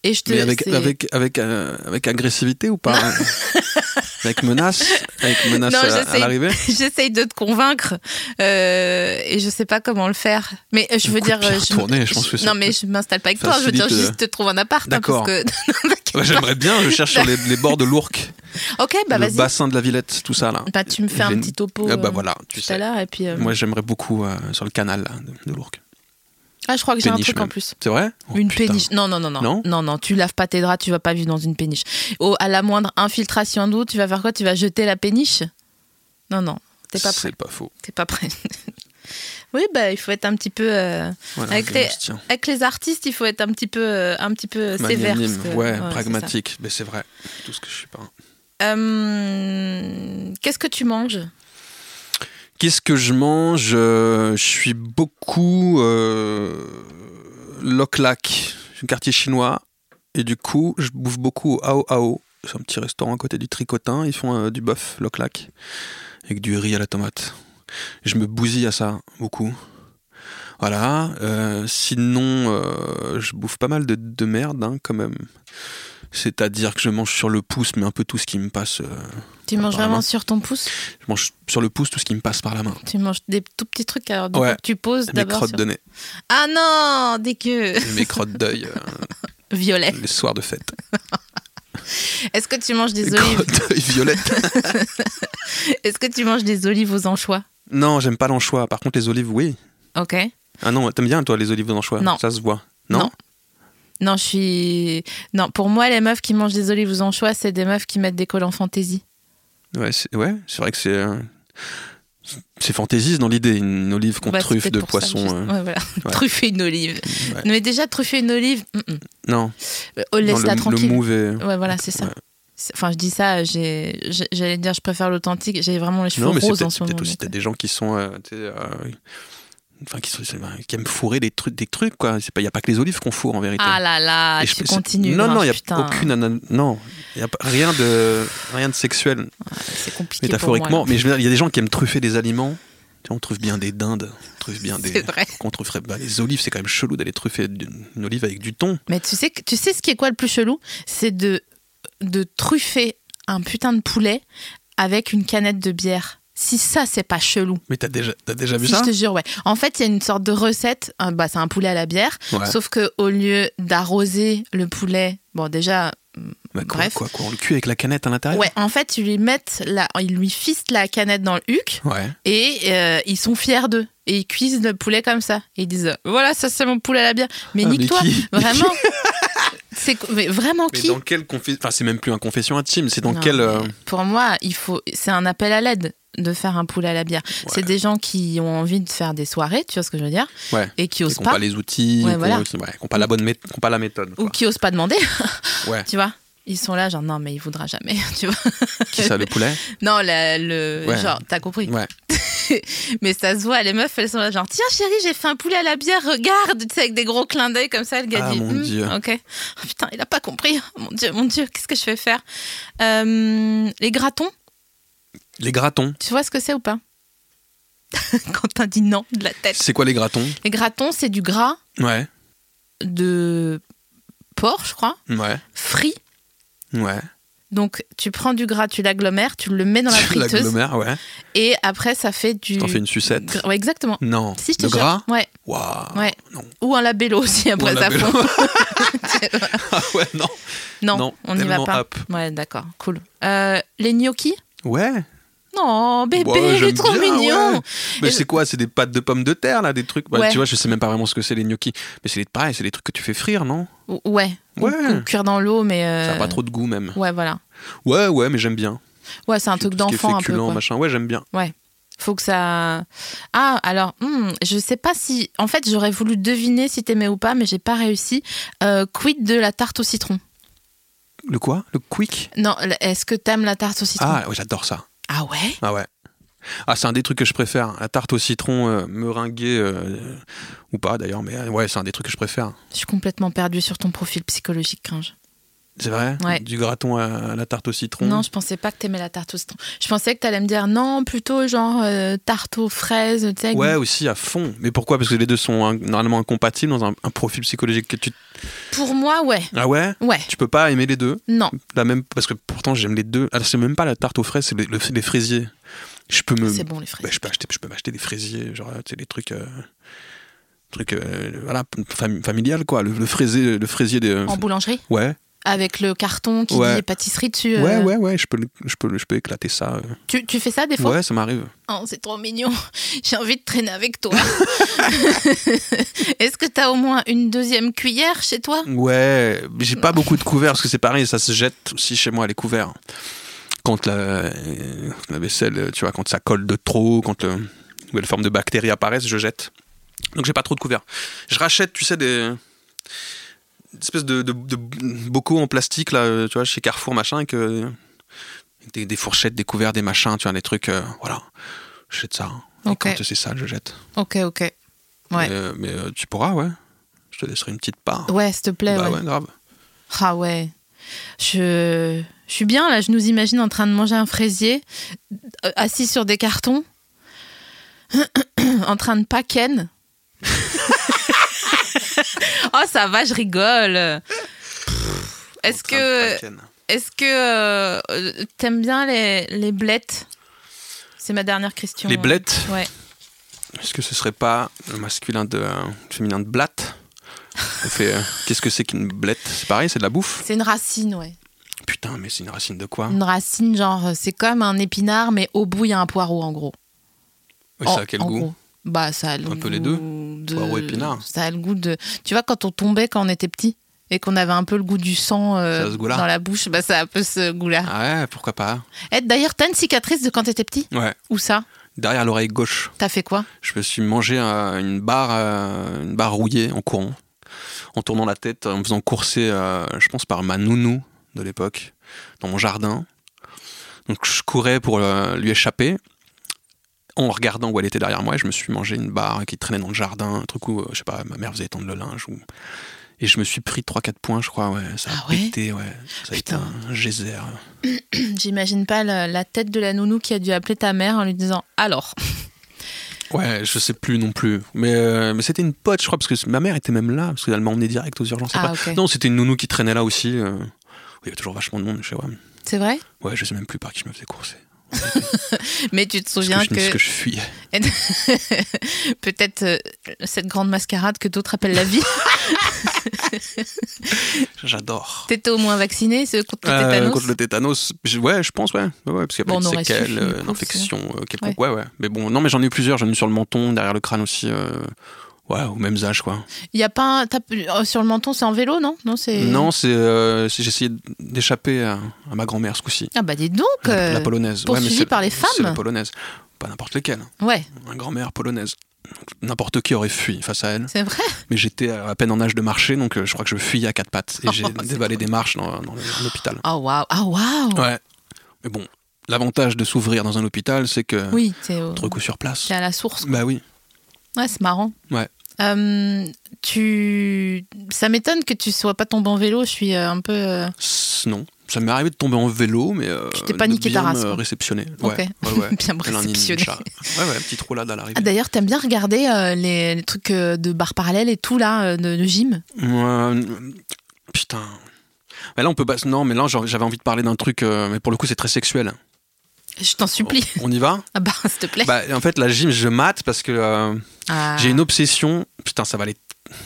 Speaker 2: Et je te.
Speaker 3: Mais avec,
Speaker 2: c'est-
Speaker 3: avec, avec, euh, avec agressivité ou pas hein Avec menace Avec menace
Speaker 2: Non,
Speaker 3: à- à,
Speaker 2: j'essaye-
Speaker 3: l'arrivée
Speaker 2: J'essaye de te convaincre euh, et je sais pas comment le faire. Mais euh, je veux
Speaker 3: Écoute,
Speaker 2: dire,
Speaker 3: bien
Speaker 2: euh, je,
Speaker 3: retourner, je pense que
Speaker 2: non
Speaker 3: c'est-
Speaker 2: mais je m'installe pas avec
Speaker 3: ça
Speaker 2: toi. Je veux dire,
Speaker 3: facilite,
Speaker 2: juste te trouve un appart. hein,
Speaker 3: D'accord.
Speaker 2: parce que... Non, t'inquiète
Speaker 3: Ouais, J'aimerais bien, je cherche sur les, les bords de l'Ourcq,
Speaker 2: pas. ok, bah
Speaker 3: le
Speaker 2: vas-y.
Speaker 3: bassin de la Villette, tout ça là.
Speaker 2: Bah, tu me fais un
Speaker 3: J'ai-
Speaker 2: petit topo.
Speaker 3: Ah bah
Speaker 2: euh,
Speaker 3: voilà, tu
Speaker 2: tout
Speaker 3: sais.
Speaker 2: à l'heure et puis. euh,
Speaker 3: Moi j'aimerais beaucoup euh, sur le canal là, de, de l'Ourcq.
Speaker 2: ah, je crois que j'ai un
Speaker 3: Péniche
Speaker 2: truc en
Speaker 3: même.
Speaker 2: plus.
Speaker 3: C'est vrai Oh,
Speaker 2: une
Speaker 3: putain.
Speaker 2: péniche. Non, non, non, non,
Speaker 3: Non
Speaker 2: non. Non, tu laves pas tes draps, tu vas pas vivre dans une péniche. Au, à la moindre infiltration d'eau, tu vas faire quoi Tu vas jeter la péniche Non, non, t'es pas prêt.
Speaker 3: C'est pas faux.
Speaker 2: T'es pas prêt. oui, bah, il faut être un petit peu. euh,
Speaker 3: Voilà,
Speaker 2: avec,
Speaker 3: je
Speaker 2: les,
Speaker 3: me tiens.
Speaker 2: avec les artistes, il faut être un petit peu, euh, un petit peu sévère.
Speaker 3: Magnanime,
Speaker 2: parce que-
Speaker 3: ouais,
Speaker 2: euh, c'est
Speaker 3: pragmatique, mais c'est vrai, tout ce que je suis pas.
Speaker 2: ça. Euh, Qu'est-ce que tu manges
Speaker 3: Qu'est-ce que je mange Euh, Je suis beaucoup euh, Lok Lak, quartier chinois, et du coup, je bouffe beaucoup au Ao Ao, c'est un petit restaurant à côté du Tricotin. Ils font euh, du bœuf, le clac, avec du riz à la tomate. Je me bousille à ça beaucoup. Voilà. euh, sinon, euh, je bouffe pas mal de, de merde hein, quand même. C'est-à-dire que je mange sur le pouce, mais un peu tout ce qui me passe. euh,
Speaker 2: Tu manges
Speaker 3: Apparemment.
Speaker 2: vraiment sur ton pouce
Speaker 3: je mange sur le pouce tout ce qui me passe par la main.
Speaker 2: Tu manges des tout petits trucs alors du
Speaker 3: Ouais.
Speaker 2: coup, tu poses
Speaker 3: Mes
Speaker 2: d'abord
Speaker 3: crottes
Speaker 2: sur...
Speaker 3: de nez,
Speaker 2: Ah non, dégueu
Speaker 3: mes crottes d'œil, euh,
Speaker 2: Violet.
Speaker 3: les soirs de fête.
Speaker 2: Est-ce que tu manges des
Speaker 3: Les
Speaker 2: olives
Speaker 3: crottes d'œil violettes.
Speaker 2: Est-ce que tu manges des olives aux anchois
Speaker 3: Non, j'aime pas l'anchois. Par contre, les olives, oui.
Speaker 2: Ok.
Speaker 3: Ah non, t'aimes bien toi les olives d'anchois
Speaker 2: Non.
Speaker 3: Ça se voit. Non,
Speaker 2: Non. Non, je suis. Non, pour moi, les meufs qui mangent des olives aux anchois, c'est des meufs qui mettent des collants fantaisie.
Speaker 3: Ouais, c'est ouais, c'est vrai que c'est. euh, C'est fantaisiste dans l'idée, une olive qu'on
Speaker 2: Bah, c'est
Speaker 3: truffe
Speaker 2: peut-être
Speaker 3: de
Speaker 2: pour ça,
Speaker 3: poisson.
Speaker 2: juste-
Speaker 3: euh,
Speaker 2: Ouais, voilà.
Speaker 3: Ouais.
Speaker 2: Truffer une olive.
Speaker 3: ouais.
Speaker 2: Mais déjà, truffer une olive, mm, mm.
Speaker 3: Non,
Speaker 2: Euh, oh,
Speaker 3: non,
Speaker 2: laisse-la
Speaker 3: le, euh, le
Speaker 2: tranquille.
Speaker 3: move est-
Speaker 2: Ouais, voilà, c'est ça.
Speaker 3: Ouais.
Speaker 2: C'est- Enfin, je dis ça, j'ai- j'ai- j'allais dire, je préfère l'authentique. J'ai vraiment les cheveux
Speaker 3: Non, mais c'est
Speaker 2: roses
Speaker 3: peut-être
Speaker 2: en ce
Speaker 3: c'est
Speaker 2: moment.
Speaker 3: peut-être aussi
Speaker 2: donc,
Speaker 3: t'as des gens qui sont. euh, t'es, euh, Enfin, qui, sont, qui aiment fourrer des trucs, des trucs quoi. Il n'y a pas que les olives qu'on fourre en vérité.
Speaker 2: Ah là là,
Speaker 3: Et
Speaker 2: tu
Speaker 3: je- c'est-
Speaker 2: continues.
Speaker 3: Non,
Speaker 2: Gringe,
Speaker 3: non, il n'y a
Speaker 2: putain.
Speaker 3: aucune. ana- Non, il n'y a pas- rien de, rien de sexuel,
Speaker 2: C'est compliqué.
Speaker 3: métaphoriquement.
Speaker 2: pour moi,
Speaker 3: mais je veux dire, il y a des gens qui aiment truffer des aliments. Tu vois, on truffe bien des dindes, on truffe bien
Speaker 2: là.
Speaker 3: des.
Speaker 2: C'est vrai.
Speaker 3: Qu'on trufferait bah, les olives, c'est quand même chelou d'aller truffer d'une- une olive avec du thon.
Speaker 2: Mais tu sais, que- tu sais ce qui est quoi le plus chelou C'est de, de truffer un putain de poulet avec une canette de bière. Si ça, c'est pas chelou.
Speaker 3: Mais t'as déjà, t'as déjà vu
Speaker 2: Si,
Speaker 3: ça
Speaker 2: je te jure, ouais. En fait, il y a une sorte de recette. hein, bah, c'est un poulet à la bière.
Speaker 3: Ouais.
Speaker 2: Sauf que au lieu d'arroser le poulet, bon, déjà, mm,
Speaker 3: Bah, quoi,
Speaker 2: bref.
Speaker 3: Quoi, quoi, on le cuit avec la canette à l'intérieur
Speaker 2: ouais, en fait, ils lui mettent la, ils lui fistent la canette dans le huc
Speaker 3: Ouais.
Speaker 2: et euh, ils sont fiers d'eux. Et ils cuisent le poulet comme ça. Et ils disent voilà, ça c'est mon poulet à la bière. Mais
Speaker 3: Ah, mais
Speaker 2: nique-toi,
Speaker 3: qui-
Speaker 2: vraiment. c'est mais vraiment
Speaker 3: Mais
Speaker 2: qui
Speaker 3: dans quelle confession Enfin, c'est même plus un confession intime, c'est dans
Speaker 2: Non,
Speaker 3: quel. euh,
Speaker 2: mais Pour moi, il faut. C'est un appel à l'aide de faire un poulet à la bière. C'est des gens qui ont envie de faire des soirées, tu vois ce que je veux dire,
Speaker 3: Ouais.
Speaker 2: et qui
Speaker 3: Qui
Speaker 2: osent
Speaker 3: n'ont
Speaker 2: pas,
Speaker 3: pas les outils,
Speaker 2: Ouais,
Speaker 3: qui ont-
Speaker 2: voilà.
Speaker 3: qui ouais, qui ont pas la bonne mé- qui ont pas la méthode.
Speaker 2: ou
Speaker 3: quoi.
Speaker 2: qui osent pas demander,
Speaker 3: Ouais.
Speaker 2: tu vois. Ils sont là, genre non, mais il voudra jamais, tu vois.
Speaker 3: Qui ça, le poulet
Speaker 2: Non, la- le.
Speaker 3: Ouais.
Speaker 2: Genre, t'as compris.
Speaker 3: Ouais.
Speaker 2: Mais ça se voit, les meufs, elles sont là, genre, tiens chérie, j'ai fait un poulet à la bière, regarde, tu sais, avec des gros clins d'œil comme ça, le gars
Speaker 3: Ah,
Speaker 2: dit.
Speaker 3: mon
Speaker 2: hmm,
Speaker 3: Dieu.
Speaker 2: Ok. Oh, putain, il a pas compris. Oh, Mon Dieu, mon Dieu, qu'est-ce que je vais faire Euh, Les gratons
Speaker 3: Les gratons.
Speaker 2: Tu vois ce que c'est ou pas Quentin dit non de la tête.
Speaker 3: C'est quoi les gratons
Speaker 2: Les gratons, c'est du gras
Speaker 3: Ouais.
Speaker 2: de porc, je crois,
Speaker 3: Ouais.
Speaker 2: frit.
Speaker 3: Ouais.
Speaker 2: Donc, tu prends du gras, tu l'agglomères, tu le mets dans la
Speaker 3: Tu
Speaker 2: friteuse.
Speaker 3: l'agglomères, ouais.
Speaker 2: Et après, ça fait du.
Speaker 3: Tu t'en fais une sucette.
Speaker 2: Gra- Ouais, exactement.
Speaker 3: Non.
Speaker 2: Si je te
Speaker 3: le
Speaker 2: jure.
Speaker 3: gras
Speaker 2: Ouais,
Speaker 3: Waouh.
Speaker 2: ouais.
Speaker 3: Non.
Speaker 2: Ou un labello aussi, après
Speaker 3: Ou un
Speaker 2: ça
Speaker 3: labello.
Speaker 2: fond.
Speaker 3: Ah ouais, non.
Speaker 2: non,
Speaker 3: Non,
Speaker 2: on n'y va
Speaker 3: tellement
Speaker 2: pas.
Speaker 3: up.
Speaker 2: Ouais, d'accord, cool. Euh, les gnocchis
Speaker 3: Ouais.
Speaker 2: Non, bébé,
Speaker 3: Ouais,
Speaker 2: il
Speaker 3: j'aime
Speaker 2: est trop
Speaker 3: bien,
Speaker 2: mignon. Euh,
Speaker 3: ouais. Mais
Speaker 2: Et-
Speaker 3: c'est quoi C'est des pâtes de pommes de terre, là, des trucs Bah,
Speaker 2: Ouais.
Speaker 3: Tu vois, je sais même pas vraiment ce que c'est les gnocchis. Mais c'est les- pareil, c'est des trucs que tu fais frire, non
Speaker 2: Ou- Ouais. Ou-
Speaker 3: Ouais.
Speaker 2: Ou, cuire dans l'eau, mais. euh,
Speaker 3: Ça a pas trop de goût, même.
Speaker 2: Ouais, voilà.
Speaker 3: Ouais, ouais, mais j'aime bien.
Speaker 2: Ouais, c'est un truc
Speaker 3: Tout ce qui est
Speaker 2: d'enfant un peu.
Speaker 3: féculent,
Speaker 2: quoi.
Speaker 3: machin. Ouais, j'aime bien.
Speaker 2: Faut que ça. Ah, alors, hmm, je sais pas si. En fait, j'aurais voulu deviner si t'aimais ou pas, mais j'ai pas réussi. Euh, quid de la tarte au citron
Speaker 3: Le quoi Le quick
Speaker 2: Non, l- est-ce que t'aimes la tarte au citron
Speaker 3: Ah, ouais, j'adore ça.
Speaker 2: Ah ouais
Speaker 3: Ah ouais. Ah, c'est un des trucs que je préfère. La tarte au citron euh, meringuée, euh, ou pas d'ailleurs, mais euh, ouais, c'est un des trucs que je préfère.
Speaker 2: Je suis complètement perdue sur ton profil psychologique, cringe.
Speaker 3: C'est vrai
Speaker 2: Ouais.
Speaker 3: Du graton à, à la tarte au citron.
Speaker 2: Non, je pensais pas que t'aimais la tarte au citron. Je pensais que t'allais me dire non, plutôt genre euh, tarte aux fraises, tu sais. avec-
Speaker 3: Ouais, aussi à fond. Mais pourquoi Parce que les deux sont hein, normalement incompatibles dans un, un profil psychologique que tu.
Speaker 2: Pour moi, ouais.
Speaker 3: Ah ouais
Speaker 2: Ouais.
Speaker 3: Tu peux pas aimer les deux
Speaker 2: Non.
Speaker 3: la même... Parce que pourtant, j'aime les deux. Alors, c'est même pas la tarte aux fraises, c'est les, le- c'est les fraisiers. Je peux me.
Speaker 2: C'est bon, les fraises.
Speaker 3: Bah, je peux acheter je peux m'acheter des fraisiers genre euh, tu sais des trucs euh, trucs euh, voilà fam- familial quoi le, le fraisier le fraisier des
Speaker 2: En boulangerie
Speaker 3: ouais
Speaker 2: Avec le carton qui
Speaker 3: Ouais.
Speaker 2: dit pâtisserie dessus. euh,
Speaker 3: ouais ouais ouais je peux le- je peux le- je peux éclater ça euh.
Speaker 2: Tu, tu fais ça des fois
Speaker 3: ouais ça m'arrive
Speaker 2: Oh, c'est trop mignon. J'ai envie de traîner avec toi. Est-ce que t'as au moins une deuxième cuillère chez toi
Speaker 3: ouais j'ai pas beaucoup de couverts parce que c'est pareil ça se jette aussi chez moi les couverts quand la, euh, la vaisselle euh, tu vois quand ça colle de trop quand le, nouvelles formes de bactéries apparaissent je jette donc j'ai pas trop de couverts je rachète tu sais des des espèces de, de, de bocaux en plastique là euh, tu vois chez Carrefour machin avec, euh, avec des, des fourchettes des couverts des machins tu vois des trucs euh, voilà je jette ça hein. Et
Speaker 2: Ok.
Speaker 3: quand c'est ça je jette
Speaker 2: Ok, ok. Ouais.
Speaker 3: Mais, euh, mais, euh, tu pourras, ouais. Je te laisserai une petite part.
Speaker 2: Ouais, s'il te plaît.
Speaker 3: Bah
Speaker 2: Ah ouais.
Speaker 3: ouais, grave.
Speaker 2: Ah ouais. Je... Je suis bien là, je nous imagine en train de manger un fraisier, euh, assis sur des cartons, en train de pas ken. oh ça va, je rigole. Pff, Est-ce que est-ce que euh, euh, t'aimes bien les, les blettes C'est ma dernière question.
Speaker 3: Les blettes
Speaker 2: Ouais.
Speaker 3: Est-ce que ce serait pas le masculin de euh, le féminin de blatte On fait, euh, Qu'est-ce que c'est qu'une blette C'est pareil, c'est de la bouffe
Speaker 2: C'est une racine, ouais.
Speaker 3: Putain, mais c'est une racine de quoi
Speaker 2: Une racine, genre, euh, c'est comme un épinard, mais au bout, il y a un poireau, en gros.
Speaker 3: Oui, ça
Speaker 2: En-
Speaker 3: a quel
Speaker 2: en
Speaker 3: goût
Speaker 2: gros. Bah, ça a le
Speaker 3: Un peu les
Speaker 2: goût de-
Speaker 3: poireau, épinard.
Speaker 2: Ça a le goût de. Tu vois, quand on tombait quand on était petit et qu'on avait un peu le goût du sang euh,
Speaker 3: Ça a ce goût-là. Ah.
Speaker 2: dans la bouche, bah, ça a un peu ce goût-là.
Speaker 3: Ouais, pourquoi pas
Speaker 2: Eh, D'ailleurs, t'as une cicatrice de quand t'étais petit
Speaker 3: Ouais,
Speaker 2: Ou ça
Speaker 3: derrière l'oreille gauche,
Speaker 2: T'as fait quoi
Speaker 3: je me suis mangé euh, une barre, euh, une barre rouillée en courant, en tournant la tête, en me faisant courser, euh, je pense par ma nounou de l'époque, dans mon jardin. Donc je courais pour euh, lui échapper. En regardant où elle était derrière moi, je me suis mangé une barre qui traînait dans le jardin, un truc où, euh, je sais pas, ma mère faisait étendre le linge. Ou... Et je me suis pris 3-4 points, je crois, ouais. Ça a
Speaker 2: Ah ouais
Speaker 3: pété, ouais. Ça a été
Speaker 2: Putain.
Speaker 3: un geyser.
Speaker 2: J'imagine pas la, la tête de la nounou qui a dû appeler ta mère en lui disant Alors
Speaker 3: Ouais, je sais plus non plus. Mais, euh, mais c'était une pote, je crois, parce que c- ma mère était même là, parce qu'elle m'a emmené direct aux urgences.
Speaker 2: Ah,
Speaker 3: après.
Speaker 2: ok.
Speaker 3: Non, c'était une nounou qui traînait là aussi. euh. Il y avait toujours vachement de monde chez moi.
Speaker 2: C'est vrai
Speaker 3: Ouais, je sais même plus par qui je me faisais courser.
Speaker 2: Mais tu te
Speaker 3: Parce que
Speaker 2: souviens
Speaker 3: je,
Speaker 2: que.
Speaker 3: parce que je fuyais.
Speaker 2: Peut-être euh, cette grande mascarade que d'autres appellent la vie.
Speaker 3: J'adore.
Speaker 2: T'étais au moins vacciné ce, contre le
Speaker 3: Euh,
Speaker 2: tétanos
Speaker 3: contre le tétanos, je- ouais, je pense, ouais. ouais, ouais, parce qu'il y a
Speaker 2: Bon,
Speaker 3: pas
Speaker 2: on
Speaker 3: de
Speaker 2: aurait
Speaker 3: séquelles,
Speaker 2: suffi,
Speaker 3: euh,
Speaker 2: du coup,
Speaker 3: d'infection euh, quelconque. Ouais. ouais, Mais bon, non, mais j'en ai eu plusieurs. J'en ai eu sur le menton, derrière le crâne aussi. euh, ouais, au même âge, quoi.
Speaker 2: Il y a pas un- t'as- euh, sur le menton, c'est en vélo, non Non, c'est
Speaker 3: Non, c'est, euh, c'est- j'ai essayé d'échapper à, à ma grand-mère ce coup-ci.
Speaker 2: Ah bah dis donc.
Speaker 3: La-
Speaker 2: euh,
Speaker 3: la polonaise. mais
Speaker 2: poursuivie
Speaker 3: c'est-
Speaker 2: par les
Speaker 3: C'est la
Speaker 2: femmes
Speaker 3: polonaise. Pas n'importe lesquelles.
Speaker 2: Ouais,
Speaker 3: Ma grand-mère polonaise. Donc, N'importe qui aurait fui face à elle.
Speaker 2: c'est vrai.
Speaker 3: Mais j'étais euh, à peine en âge de marcher, donc euh, je crois que je fuyais à quatre pattes. Et j'ai
Speaker 2: Oh, c'est
Speaker 3: dévalé des marches dans, dans le- l'hôpital.
Speaker 2: Ah waouh, ah waouh.
Speaker 3: Ouais. Mais bon, l'avantage de s'ouvrir dans un hôpital, c'est que.
Speaker 2: Oui, c'est au-
Speaker 3: Autre coup sur place.
Speaker 2: c'est à la source.
Speaker 3: Bah oui.
Speaker 2: Ouais, c'est marrant.
Speaker 3: Ouais.
Speaker 2: Euh, tu, ça m'étonne que tu sois pas tombé en vélo. Je suis euh, un peu. euh,
Speaker 3: S- Non. Ça m'est arrivé de tomber en vélo, mais. euh,
Speaker 2: Tu t'es pas niqué
Speaker 3: de
Speaker 2: ta
Speaker 3: bien
Speaker 2: race,
Speaker 3: me
Speaker 2: quoi.
Speaker 3: réceptionner.
Speaker 2: Ok.
Speaker 3: Ouais, ouais, ouais.
Speaker 2: Bien me
Speaker 3: Tel un
Speaker 2: réceptionner.
Speaker 3: ninja. Ouais, ouais, petite roulade à l'arrivée.
Speaker 2: Ah, D'ailleurs, t'aimes bien regarder euh, les, les trucs euh, de barres parallèles et tout là, euh, de, de gym.
Speaker 3: Euh, putain. Mais là, on peut pas. Non, mais là, j'en- j'avais envie de parler d'un truc, euh, mais pour le coup, c'est très sexuel.
Speaker 2: Je t'en supplie.
Speaker 3: On y va
Speaker 2: Ah bah, s'il te plaît.
Speaker 3: Oh. Bah, en fait, la gym, je mate parce que euh,
Speaker 2: Ah.
Speaker 3: j'ai une obsession. Putain, ça va aller,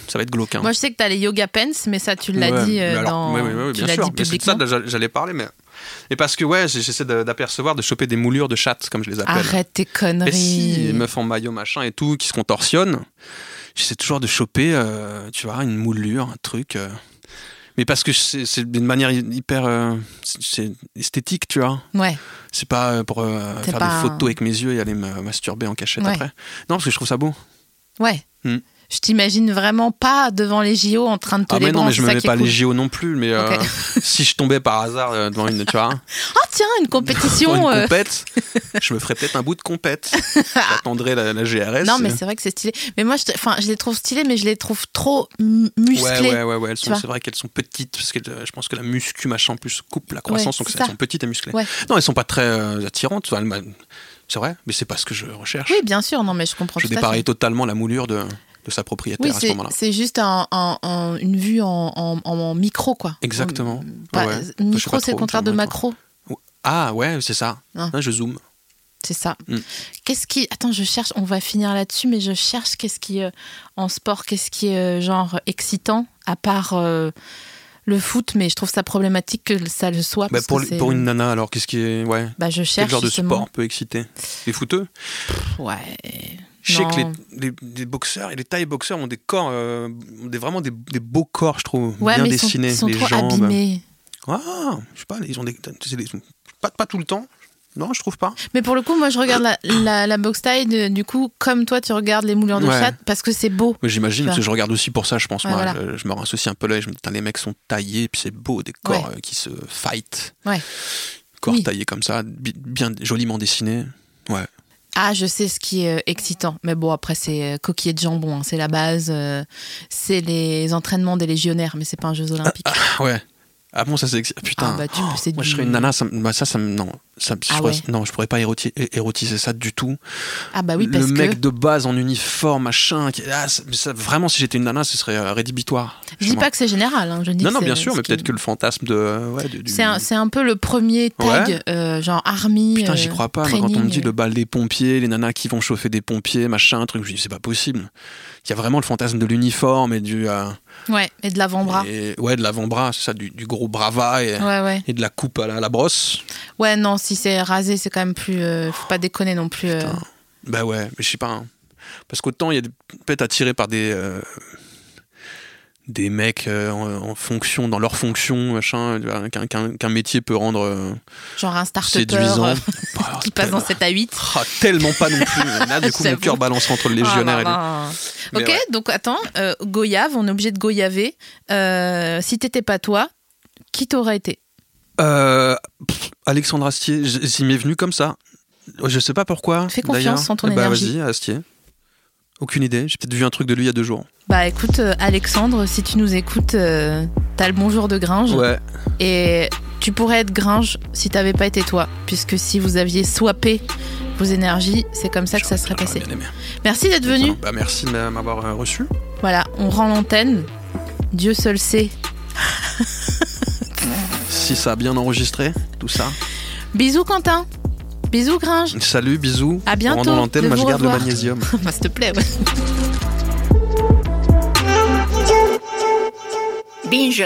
Speaker 3: ça va être glauque. hein.
Speaker 2: Moi, je sais que t'as les yoga pants, mais ça, tu l'as
Speaker 3: Ouais,
Speaker 2: dit euh,
Speaker 3: mais alors-
Speaker 2: dans.
Speaker 3: ouais, ouais, ouais,
Speaker 2: tu
Speaker 3: bien
Speaker 2: l'as
Speaker 3: sûr.
Speaker 2: dit
Speaker 3: Mais c'est de ça
Speaker 2: publiquement.
Speaker 3: que j'a- j'allais parler, mais et parce que ouais, j'ai- j'essaie de- d'apercevoir, de choper des moulures de chatte, comme je
Speaker 2: Ah,
Speaker 3: les appelle.
Speaker 2: Arrête tes
Speaker 3: Mais
Speaker 2: conneries.
Speaker 3: si, les meufs en maillot machin et tout qui se contorsionnent, j'essaie toujours de choper, euh, tu vois, une moulure, un truc. euh. Mais parce que c'est c'est d'une manière hy- hyper euh, c'est- c'est esthétique, tu vois.
Speaker 2: Ouais.
Speaker 3: C'est pas euh, pour euh,
Speaker 2: C'est
Speaker 3: faire
Speaker 2: pas un-
Speaker 3: des photos avec mes yeux et aller me masturber en cachette
Speaker 2: Ouais.
Speaker 3: après. Non, parce que je trouve ça beau.
Speaker 2: Ouais.
Speaker 3: Hmm.
Speaker 2: Je t'imagine vraiment pas devant les JO en train de te
Speaker 3: Ah
Speaker 2: les
Speaker 3: mais non, mais je me mets pas les
Speaker 2: JO.
Speaker 3: JO non plus, mais euh,
Speaker 2: Ok.
Speaker 3: si je tombais par hasard euh, devant une, tu vois,
Speaker 2: Oh tiens, une
Speaker 3: devant
Speaker 2: compétition.
Speaker 3: une
Speaker 2: euh,
Speaker 3: compète, je me ferais peut-être un bout de compète. J'attendrais la, la GRS.
Speaker 2: Non, mais
Speaker 3: euh.
Speaker 2: c'est vrai que c'est stylé. Mais moi, je, te- enfin, je les trouve stylés, mais je les trouve trop mu- musclés.
Speaker 3: Ouais, ouais, ouais, ouais, elles sont-
Speaker 2: vois.
Speaker 3: c'est vrai qu'elles sont petites, parce que euh, je pense que la muscu, machin, en plus, coupe la croissance,
Speaker 2: Ouais,
Speaker 3: donc
Speaker 2: c'est
Speaker 3: elles
Speaker 2: ça.
Speaker 3: sont petites et musclées.
Speaker 2: Ouais.
Speaker 3: Non, elles sont pas très euh, attirantes, elles m'a- c'est vrai, mais c'est pas ce que je recherche.
Speaker 2: Oui, bien sûr. Non, mais je comprends
Speaker 3: je
Speaker 2: tout à fait.
Speaker 3: dépareille totalement la moulure de, de sa propriétaire
Speaker 2: Oui,
Speaker 3: à ce
Speaker 2: c'est-
Speaker 3: moment-là.
Speaker 2: c'est juste un- un- un- une vue en, en- en- en micro, quoi.
Speaker 3: Exactement.
Speaker 2: Pas-
Speaker 3: Ouais. Je sais
Speaker 2: Micro,
Speaker 3: pas
Speaker 2: c'est le
Speaker 3: trop,
Speaker 2: contraire de
Speaker 3: j'avoue, toi.
Speaker 2: macro.
Speaker 3: Ah ouais, c'est ça.
Speaker 2: Hein.
Speaker 3: Hein, je zoome.
Speaker 2: C'est ça.
Speaker 3: Mm.
Speaker 2: Qu'est-ce qui. Attends, je cherche, on va finir là-dessus, mais je cherche qu'est-ce qui. euh, en sport, qu'est-ce qui est euh, genre excitant, à part euh, le foot, mais je trouve ça problématique que ça le soit.
Speaker 3: Bah,
Speaker 2: parce
Speaker 3: pour,
Speaker 2: que c'est-
Speaker 3: pour une nana, alors, qu'est-ce qui est. Ouais.
Speaker 2: Bah, je
Speaker 3: Quel
Speaker 2: cherche.
Speaker 3: genre de
Speaker 2: justement.
Speaker 3: sport un peu excité Les footeux
Speaker 2: Ouais.
Speaker 3: Je sais
Speaker 2: Non.
Speaker 3: que les, les- les boxeurs et les tailles boxeurs ont des corps, euh, ont des, vraiment des, des beaux corps, je trouve,
Speaker 2: Ouais,
Speaker 3: bien
Speaker 2: mais ils sont,
Speaker 3: dessinés.
Speaker 2: ils sont
Speaker 3: les
Speaker 2: trop
Speaker 3: jambes.
Speaker 2: abîmés.
Speaker 3: Ah, je sais pas, ils ont des. c'est des- pas, pas tout le temps. Non, je trouve pas.
Speaker 2: Mais pour le coup, moi, je regarde la, la, la boxe taille, de- du coup, comme toi, tu regardes les moulures de
Speaker 3: Ouais.
Speaker 2: chatte, parce que c'est beau.
Speaker 3: Mais j'imagine,
Speaker 2: Tu
Speaker 3: parce
Speaker 2: vois.
Speaker 3: que je regarde aussi pour ça, je pense.
Speaker 2: Bah. Ouais,
Speaker 3: moi,
Speaker 2: voilà.
Speaker 3: je, je me rassocie un peu l'œil. Je me dis, putain, les mecs sont taillés, puis c'est beau, des corps euh, qui se fight.
Speaker 2: Ouais.
Speaker 3: Corps
Speaker 2: Oui.
Speaker 3: taillés comme ça, bi- bien joliment dessinés. Ouais.
Speaker 2: Ah, je sais ce qui est euh, excitant. Mais bon, après, c'est euh, coquillet de jambon, hein, c'est la base. euh, c'est les entraînements des légionnaires, mais c'est pas un Jeux Olympiques.
Speaker 3: Ouais. Ah bon, ça c'est. ex- ah, Putain.
Speaker 2: Ah bah, tu peux- c'est
Speaker 3: moi, je
Speaker 2: du-
Speaker 3: serais une nana. Ça, me- bah, ça, ça me. Non, ça, me- je
Speaker 2: Ah
Speaker 3: pourrais-
Speaker 2: ouais.
Speaker 3: non, je pourrais pas éroti- é- érotiser ça du tout.
Speaker 2: Ah bah oui, parce
Speaker 3: le mec
Speaker 2: que.
Speaker 3: de base en uniforme, machin. qui- ah, ça- mais ça- vraiment, si j'étais une nana, ce serait euh, rédhibitoire.
Speaker 2: Je
Speaker 3: chez
Speaker 2: dis
Speaker 3: moi.
Speaker 2: pas que c'est général. hein, je dis
Speaker 3: Non,
Speaker 2: que
Speaker 3: non,
Speaker 2: c'est
Speaker 3: bien sûr,
Speaker 2: ce
Speaker 3: mais
Speaker 2: qui-
Speaker 3: peut-être que le fantasme de. euh, ouais, du- du-
Speaker 2: C'est un, c'est un peu le premier tag,
Speaker 3: Ouais.
Speaker 2: euh, genre army.
Speaker 3: Putain, j'y
Speaker 2: euh,
Speaker 3: crois pas. moi, quand on me dit
Speaker 2: training,
Speaker 3: le bal des pompiers, les nanas qui vont chauffer des pompiers, machin, un truc, je me dis, c'est pas possible. Il y a vraiment le fantasme de l'uniforme et du. euh,
Speaker 2: euh, Ouais, et de l'avant-bras.
Speaker 3: et- ouais, de l'avant-bras, c'est ça, du, du gros brava et,
Speaker 2: Ouais, ouais.
Speaker 3: et de la coupe à la, à la brosse.
Speaker 2: Ouais, non, si c'est rasé, c'est quand même plus. euh, faut pas déconner non plus. euh.
Speaker 3: Putain. Bah ouais, mais je sais pas. hein. Parce qu'autant il y a des- peut-être attiré par des euh, des mecs euh, en, en fonction, dans leur fonction, machin, tu vois, qu'un qu'un- qu'un métier peut rendre euh,
Speaker 2: genre un start
Speaker 3: séduisant. Bah, alors,
Speaker 2: qui passe dans
Speaker 3: tel-
Speaker 2: 7 à 8.
Speaker 3: Ah, tellement pas non plus. Là, du coup, mon
Speaker 2: J'avoue.
Speaker 3: cœur balance entre le légionnaire
Speaker 2: Ah,
Speaker 3: et le-
Speaker 2: bah, bah.
Speaker 3: Mais
Speaker 2: Ok,
Speaker 3: ouais.
Speaker 2: donc attends, euh, goyave, on est obligé de goyaver. Euh, si t'étais pas toi, qui t'aurait été
Speaker 3: Euh, pff, Alexandre Astier, j- il m'est venu comme ça. Oh, Je sais pas pourquoi.
Speaker 2: Fais confiance
Speaker 3: d'ailleurs.
Speaker 2: en ton
Speaker 3: Eh bah,
Speaker 2: énergie.
Speaker 3: Vas-y, Astier. Aucune idée. J'ai peut-être vu un truc de lui il y a deux jours.
Speaker 2: Bah écoute, euh, Alexandre, si tu nous écoutes, euh, t'as le bonjour de Gringe.
Speaker 3: Ouais.
Speaker 2: Et tu pourrais être Gringe si t'avais pas été toi. Puisque si vous aviez swappé vos énergies, c'est comme ça que ça serait
Speaker 3: J'aurais
Speaker 2: passé.
Speaker 3: bien aimé.
Speaker 2: Merci d'être venu.
Speaker 3: Bah, merci de m'avoir euh, reçu.
Speaker 2: Voilà, on rend l'antenne. Dieu seul sait.
Speaker 3: si ça a bien enregistré, tout ça.
Speaker 2: Bisous Quentin. Bisous Gringe.
Speaker 3: Salut, bisous.
Speaker 2: À bientôt,
Speaker 3: Rendons l'antenne,
Speaker 2: de
Speaker 3: moi je
Speaker 2: vous
Speaker 3: garde le
Speaker 2: revoir.
Speaker 3: magnésium.
Speaker 2: bah s'il te plaît, ouais.
Speaker 6: Binge.